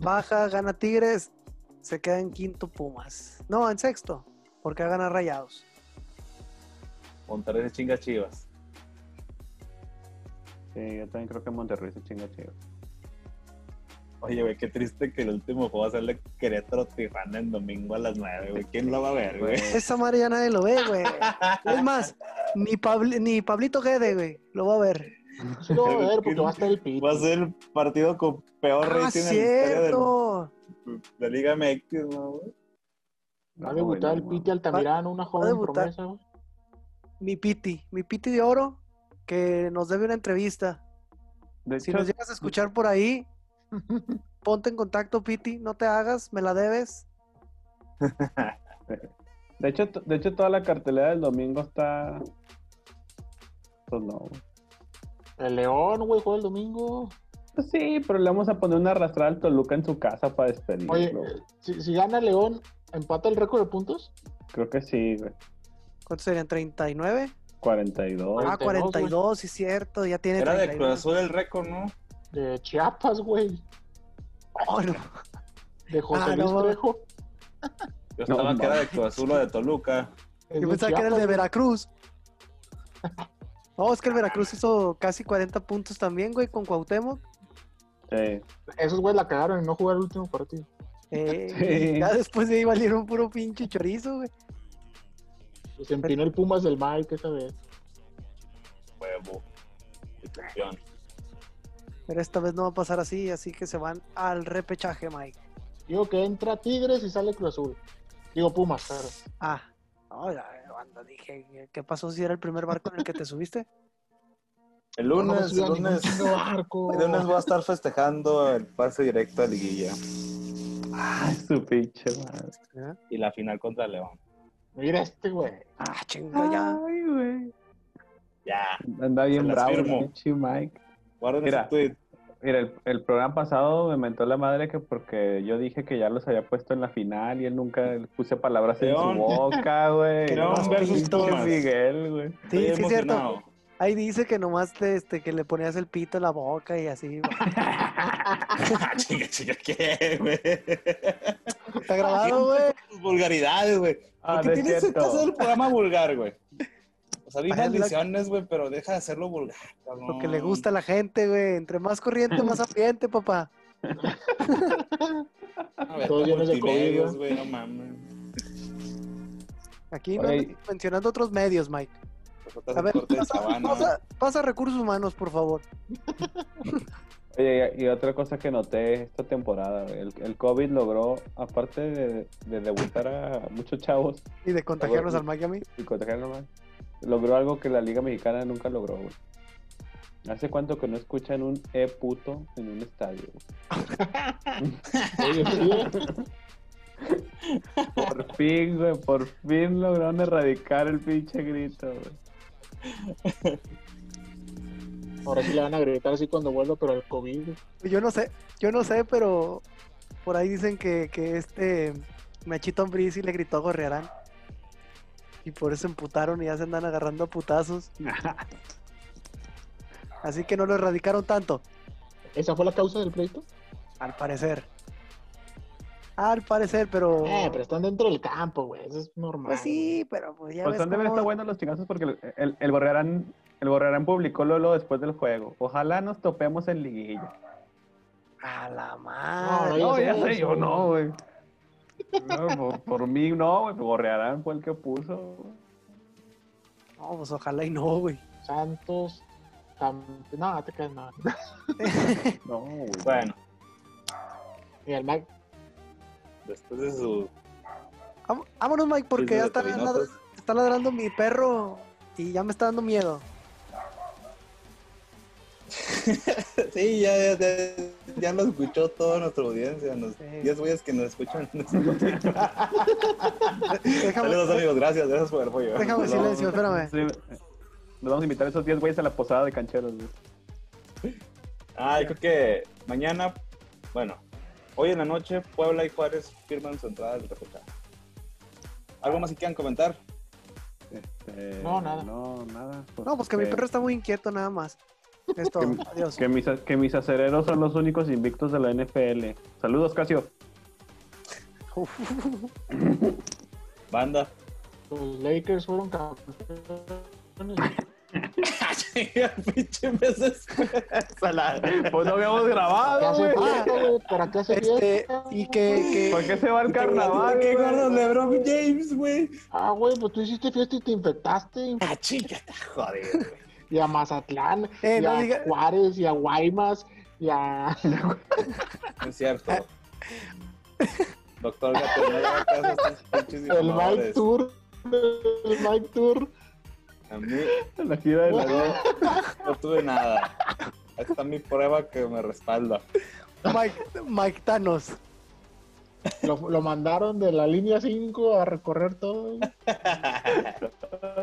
Speaker 2: baja, gana Tigres, se queda en quinto Pumas. No, en sexto, porque gana Rayados.
Speaker 1: Monterrey se chinga Chivas.
Speaker 4: Sí, yo también creo que Monterrey se chinga Chivas.
Speaker 1: Oye, güey, qué triste que el último juego sale Querétaro Tijuana en domingo a las 9, güey. ¿Quién lo va a ver, güey?
Speaker 2: Esa madre ya nadie lo ve, güey. Es más, ni, Pabl- ni Pablito Gede, güey, lo va a ver.
Speaker 3: Pues, Sí [LAUGHS] lo va a ver porque va a estar el pito.
Speaker 1: Va a ser el partido con peor
Speaker 2: ¡Ah,
Speaker 1: rating en la historia del-
Speaker 2: cierto!
Speaker 1: la Liga MX, ¿no, güey?
Speaker 3: Va a debutar el Piti Altamirano, una joven
Speaker 2: debutar.
Speaker 3: promesa, güey.
Speaker 2: Mi Piti, mi Piti de Oro, que nos debe una entrevista.
Speaker 4: De
Speaker 2: Si
Speaker 4: hecho,
Speaker 2: nos llegas a escuchar por ahí, ponte en contacto, Piti, no te hagas, me la debes.
Speaker 4: de, hecho, to- de hecho, toda la cartelera del domingo está. Pues no, güey.
Speaker 3: El León, güey, juega el domingo.
Speaker 4: Pues sí, pero le vamos a poner una arrastrada al Toluca en su casa para despedirlo.
Speaker 3: Oye, eh,
Speaker 4: güey.
Speaker 3: Si, si gana León, empata el récord de puntos.
Speaker 4: Creo que sí, güey.
Speaker 2: ¿Cuántos serían? ¿39?
Speaker 4: 42.
Speaker 3: 42,
Speaker 2: Ah, 42, sí, cierto, ya tiene
Speaker 1: Era de
Speaker 2: 39.
Speaker 1: Cruz Azul el récord, ¿no?
Speaker 3: De Chiapas, güey.
Speaker 2: Oh, no.
Speaker 1: [LAUGHS]
Speaker 3: De José
Speaker 2: Ah, no,
Speaker 3: Luis
Speaker 2: mames.
Speaker 3: Trejo.
Speaker 1: Yo
Speaker 4: No,
Speaker 1: estaba que era
Speaker 4: mames.
Speaker 1: de Cruz Azul o de Toluca.
Speaker 3: Es
Speaker 2: Yo
Speaker 3: de
Speaker 2: pensaba que era el
Speaker 3: Chiapas,
Speaker 2: de
Speaker 3: güey.
Speaker 2: Veracruz. No, es que el Veracruz hizo casi 40 puntos también, güey, con Cuauhtémoc.
Speaker 4: Sí.
Speaker 3: Esos güey la cagaron en no jugar el último partido.
Speaker 2: Eh,
Speaker 1: [LAUGHS]
Speaker 4: Sí.
Speaker 2: Ya después de ahí valieron puro pinche chorizo, güey.
Speaker 3: Pues se empinó el Pumas del Mike esa vez.
Speaker 1: Huevo. Decepción.
Speaker 2: Pero esta vez no va a pasar así, así que se van al repechaje, Mike.
Speaker 3: Digo que entra Tigres y sale Cruz Azul. Digo Pumas, claro.
Speaker 2: Ah, no, ya, cuando dije, ¿qué pasó si era el primer barco en el que te subiste?
Speaker 1: El
Speaker 3: No me
Speaker 1: lunes,
Speaker 3: subí a ningún
Speaker 1: lunes,
Speaker 3: chingo barco.
Speaker 1: el [LAUGHS] lunes voy a estar festejando el pase directo a Liguilla
Speaker 4: Ay, su pinche madre.
Speaker 2: ¿Eh?
Speaker 1: y la final contra León.
Speaker 3: Mira este, güey.
Speaker 2: Ah, chinga, ya.
Speaker 4: Ay, güey.
Speaker 1: Ya,
Speaker 4: Anda bien
Speaker 1: Se las
Speaker 4: bravo, el
Speaker 1: firmo.
Speaker 4: pinche Mike.
Speaker 1: guarden
Speaker 4: Mira.
Speaker 1: ese tweet.
Speaker 4: Mira, el, el programa pasado me mentó la madre que porque yo dije que ya los había puesto en la final y él nunca le puse palabras en su
Speaker 1: León.
Speaker 4: boca, güey.
Speaker 1: León
Speaker 4: No,
Speaker 1: versus
Speaker 4: pinche
Speaker 1: Pumas.
Speaker 4: Miguel, güey.
Speaker 2: Sí,
Speaker 1: Estoy
Speaker 2: sí, es cierto.
Speaker 1: emocionado. [LAUGHS]
Speaker 2: Ahí dice que nomás te, este, que le ponías el pito en la boca y así. [LAUGHS] güey.
Speaker 1: Ah, chinga, chinga, ¿qué, güey?
Speaker 2: Está grabado, güey.
Speaker 1: Tus vulgaridades, güey.
Speaker 4: Ah,
Speaker 1: Porque
Speaker 4: no es
Speaker 1: tienes que
Speaker 4: cierto.
Speaker 1: hacer el programa vulgar, güey. O sea, di
Speaker 2: Para la-
Speaker 1: maldiciones, güey, pero deja de hacerlo vulgar, cabrón.
Speaker 2: Lo que le gusta a la gente, güey. Entre más corriente, [LAUGHS] más ambiente, papá.
Speaker 1: A ver,
Speaker 3: Todos llenos de
Speaker 1: multimedios,
Speaker 3: COVID,
Speaker 1: güey, no mames.
Speaker 2: Aquí no
Speaker 4: Oye,
Speaker 2: andes mencionando otros medios, Mike.
Speaker 1: Nosotros
Speaker 2: A ver,
Speaker 1: corte
Speaker 2: [LAUGHS]
Speaker 1: de
Speaker 2: pasa,
Speaker 1: sabana.
Speaker 2: pasa- pasa recursos humanos, por favor.
Speaker 4: Oye, y y otra cosa que noté esta temporada, güey, el, el COVID logró, aparte de, de debutar a muchos chavos
Speaker 2: Y de contagiarnos
Speaker 4: Ah,
Speaker 2: al Miami.
Speaker 4: y contagiarnos más, logró algo que la Liga Mexicana nunca logró, güey. ¿Hace cuánto que no escuchan un E puto en un estadio?
Speaker 3: Oye, sí, eh.
Speaker 4: güey?
Speaker 2: [LAUGHS]
Speaker 4: Por fin, güey, por fin lograron erradicar el pinche grito, güey.
Speaker 3: Ahora sí le van a gritar así cuando vuelva, pero al COVID. güey.
Speaker 2: Pues Yo no sé, yo no sé, pero por ahí dicen que, que este Machito Ambriz le gritó a Gorriarán. Y por eso se emputaron y ya se andan agarrando a putazos. Así que no lo erradicaron tanto,
Speaker 3: ¿Esa fue la causa del pleito?
Speaker 2: al parecer. Al parecer, pero.
Speaker 3: Eh, pero están dentro del campo, güey. Eso es normal.
Speaker 2: Pues sí, pero pues ya
Speaker 4: Pues
Speaker 2: ves
Speaker 4: han de haber
Speaker 2: cómo-
Speaker 4: estado buenos los chingazos porque el, el, el Gorriarán- el Gorriarán publicó Lolo después del juego. Ojalá nos topemos en liguilla.
Speaker 2: A la
Speaker 3: No,
Speaker 2: madre.
Speaker 4: No,
Speaker 3: Oye,
Speaker 4: ya sé,
Speaker 3: sí,
Speaker 4: yo
Speaker 3: sí.
Speaker 4: no, güey. No, por, por mí no, güey. Gorrearán fue el que puso. güey.
Speaker 2: No, pues ojalá y no, güey.
Speaker 3: güey. Santos. Cam- No, no te quedas nada.
Speaker 4: No, güey.
Speaker 1: Bueno,
Speaker 3: Y el Mike.
Speaker 1: después de su...
Speaker 2: Vam- Vámonos, Mike, porque
Speaker 1: de
Speaker 2: ya está,
Speaker 1: Tobinotas.
Speaker 2: ladr- está ladrando mi perro y ya me está dando miedo.
Speaker 1: sí, ya, ya, ya, ya lo escuchó toda nuestra audiencia. Los
Speaker 2: Sí.
Speaker 1: 10 güeyes que nos
Speaker 2: [LAUGHS]
Speaker 1: escuchan. Saludos,
Speaker 2: Déjame,
Speaker 1: amigos. Gracias, gracias por el apoyo.
Speaker 2: déjame
Speaker 4: Nos
Speaker 2: pues,
Speaker 4: vamos-
Speaker 2: silencio, espérame.
Speaker 4: sí, nos vamos a invitar a esos 10 güeyes a la posada de cancheros, güey.
Speaker 1: Ah, yo creo que mañana, bueno, hoy en la noche, Puebla y Juárez firman su entrada del repechaje. ¿Algo más que quieran comentar?
Speaker 4: Este,
Speaker 3: No, nada.
Speaker 4: No, nada.
Speaker 2: No, pues que mi perro está muy inquieto nada más. Es todo.
Speaker 4: Que-
Speaker 2: Adiós.
Speaker 4: Que mis, que mis acereros son los únicos invictos de la NFL. Saludos, Casio.
Speaker 1: Banda.
Speaker 3: Los Lakers fueron campeones.
Speaker 1: Pinche [LAUGHS] veces.
Speaker 4: Pues no habíamos
Speaker 3: ¿Qué
Speaker 4: grabado,
Speaker 3: hace
Speaker 4: güey.
Speaker 3: fiesta, güey? ¿Para qué hace
Speaker 2: Ah, Este,
Speaker 3: fiesta?
Speaker 2: y que, eh,
Speaker 4: ¿Por qué se va al carnaval?
Speaker 1: ¿Qué
Speaker 4: güey?
Speaker 1: gordo LeBron James, güey?
Speaker 3: Ah, güey, pues tú hiciste fiesta y te infectaste.
Speaker 1: Ah, chinga, está jodido, güey.
Speaker 3: Y a Mazatlán,
Speaker 2: Eh,
Speaker 3: y
Speaker 2: no
Speaker 3: a
Speaker 2: diga-
Speaker 3: Juárez, y a Guaymas, y a...
Speaker 1: No es cierto. Doctor Gato, no haga caso a estos pinches
Speaker 3: [LAUGHS] el Mike
Speaker 1: mamadores.
Speaker 3: Tour. El Mike Tour.
Speaker 1: A mí
Speaker 4: La gira de la vida.
Speaker 1: no tuve nada. Ahí está mi prueba que me respalda.
Speaker 2: que Mike, Mike Thanos.
Speaker 3: Lo, lo mandaron de la línea 5 a recorrer todo,
Speaker 4: Ay,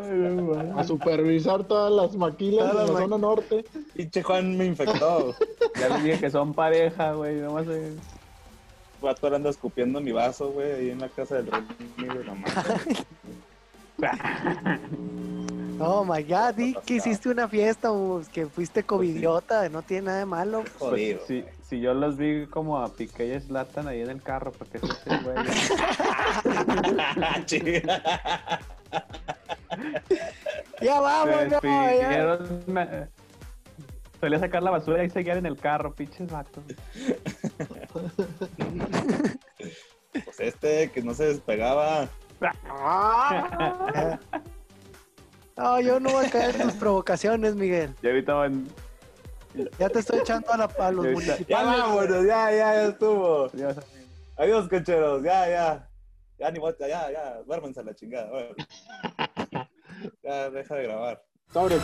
Speaker 4: no, güey.
Speaker 3: a supervisar todas las maquilas
Speaker 2: Todas
Speaker 3: de la
Speaker 2: las
Speaker 3: zona norte.
Speaker 1: Pinche Juan me infectó.
Speaker 4: Ya les dije que son pareja, güey. Nomás eh,
Speaker 1: Vato ahora anda escupiendo mi vaso, güey, ahí en la casa del rey. güey, no mames.
Speaker 2: No, Mike, ya di
Speaker 4: Pues
Speaker 2: que hiciste una fiesta, o que fuiste covidiota, no tiene nada de malo.
Speaker 1: Jodido.
Speaker 4: Pues, Si, si yo los vi como a Piqué y a Zlatan ahí en el carro, porque es ese güey. [LAUGHS]
Speaker 1: Ah, Chinga.
Speaker 2: Ya vamos,
Speaker 4: Se
Speaker 2: ya, ya.
Speaker 4: despidieron, me- Solía sacar la basura y ahí seguían en el carro, pinches vatos.
Speaker 1: Este que no se despegaba.
Speaker 2: No, yo no voy a caer en tus provocaciones, Miguel.
Speaker 4: Y ahorita van.
Speaker 2: Ya te estoy echando a, la, a los
Speaker 4: Ya está.
Speaker 1: Ya
Speaker 2: municipales.
Speaker 1: vámonos, ya, ya, ya estuvo.
Speaker 4: ya sabes.
Speaker 1: Adiós, cocheros, ya, ya. Ya ni vuelta, ya, ya. Duérmense a la chingada. órale. ya, deja de grabar.
Speaker 6: Sobre.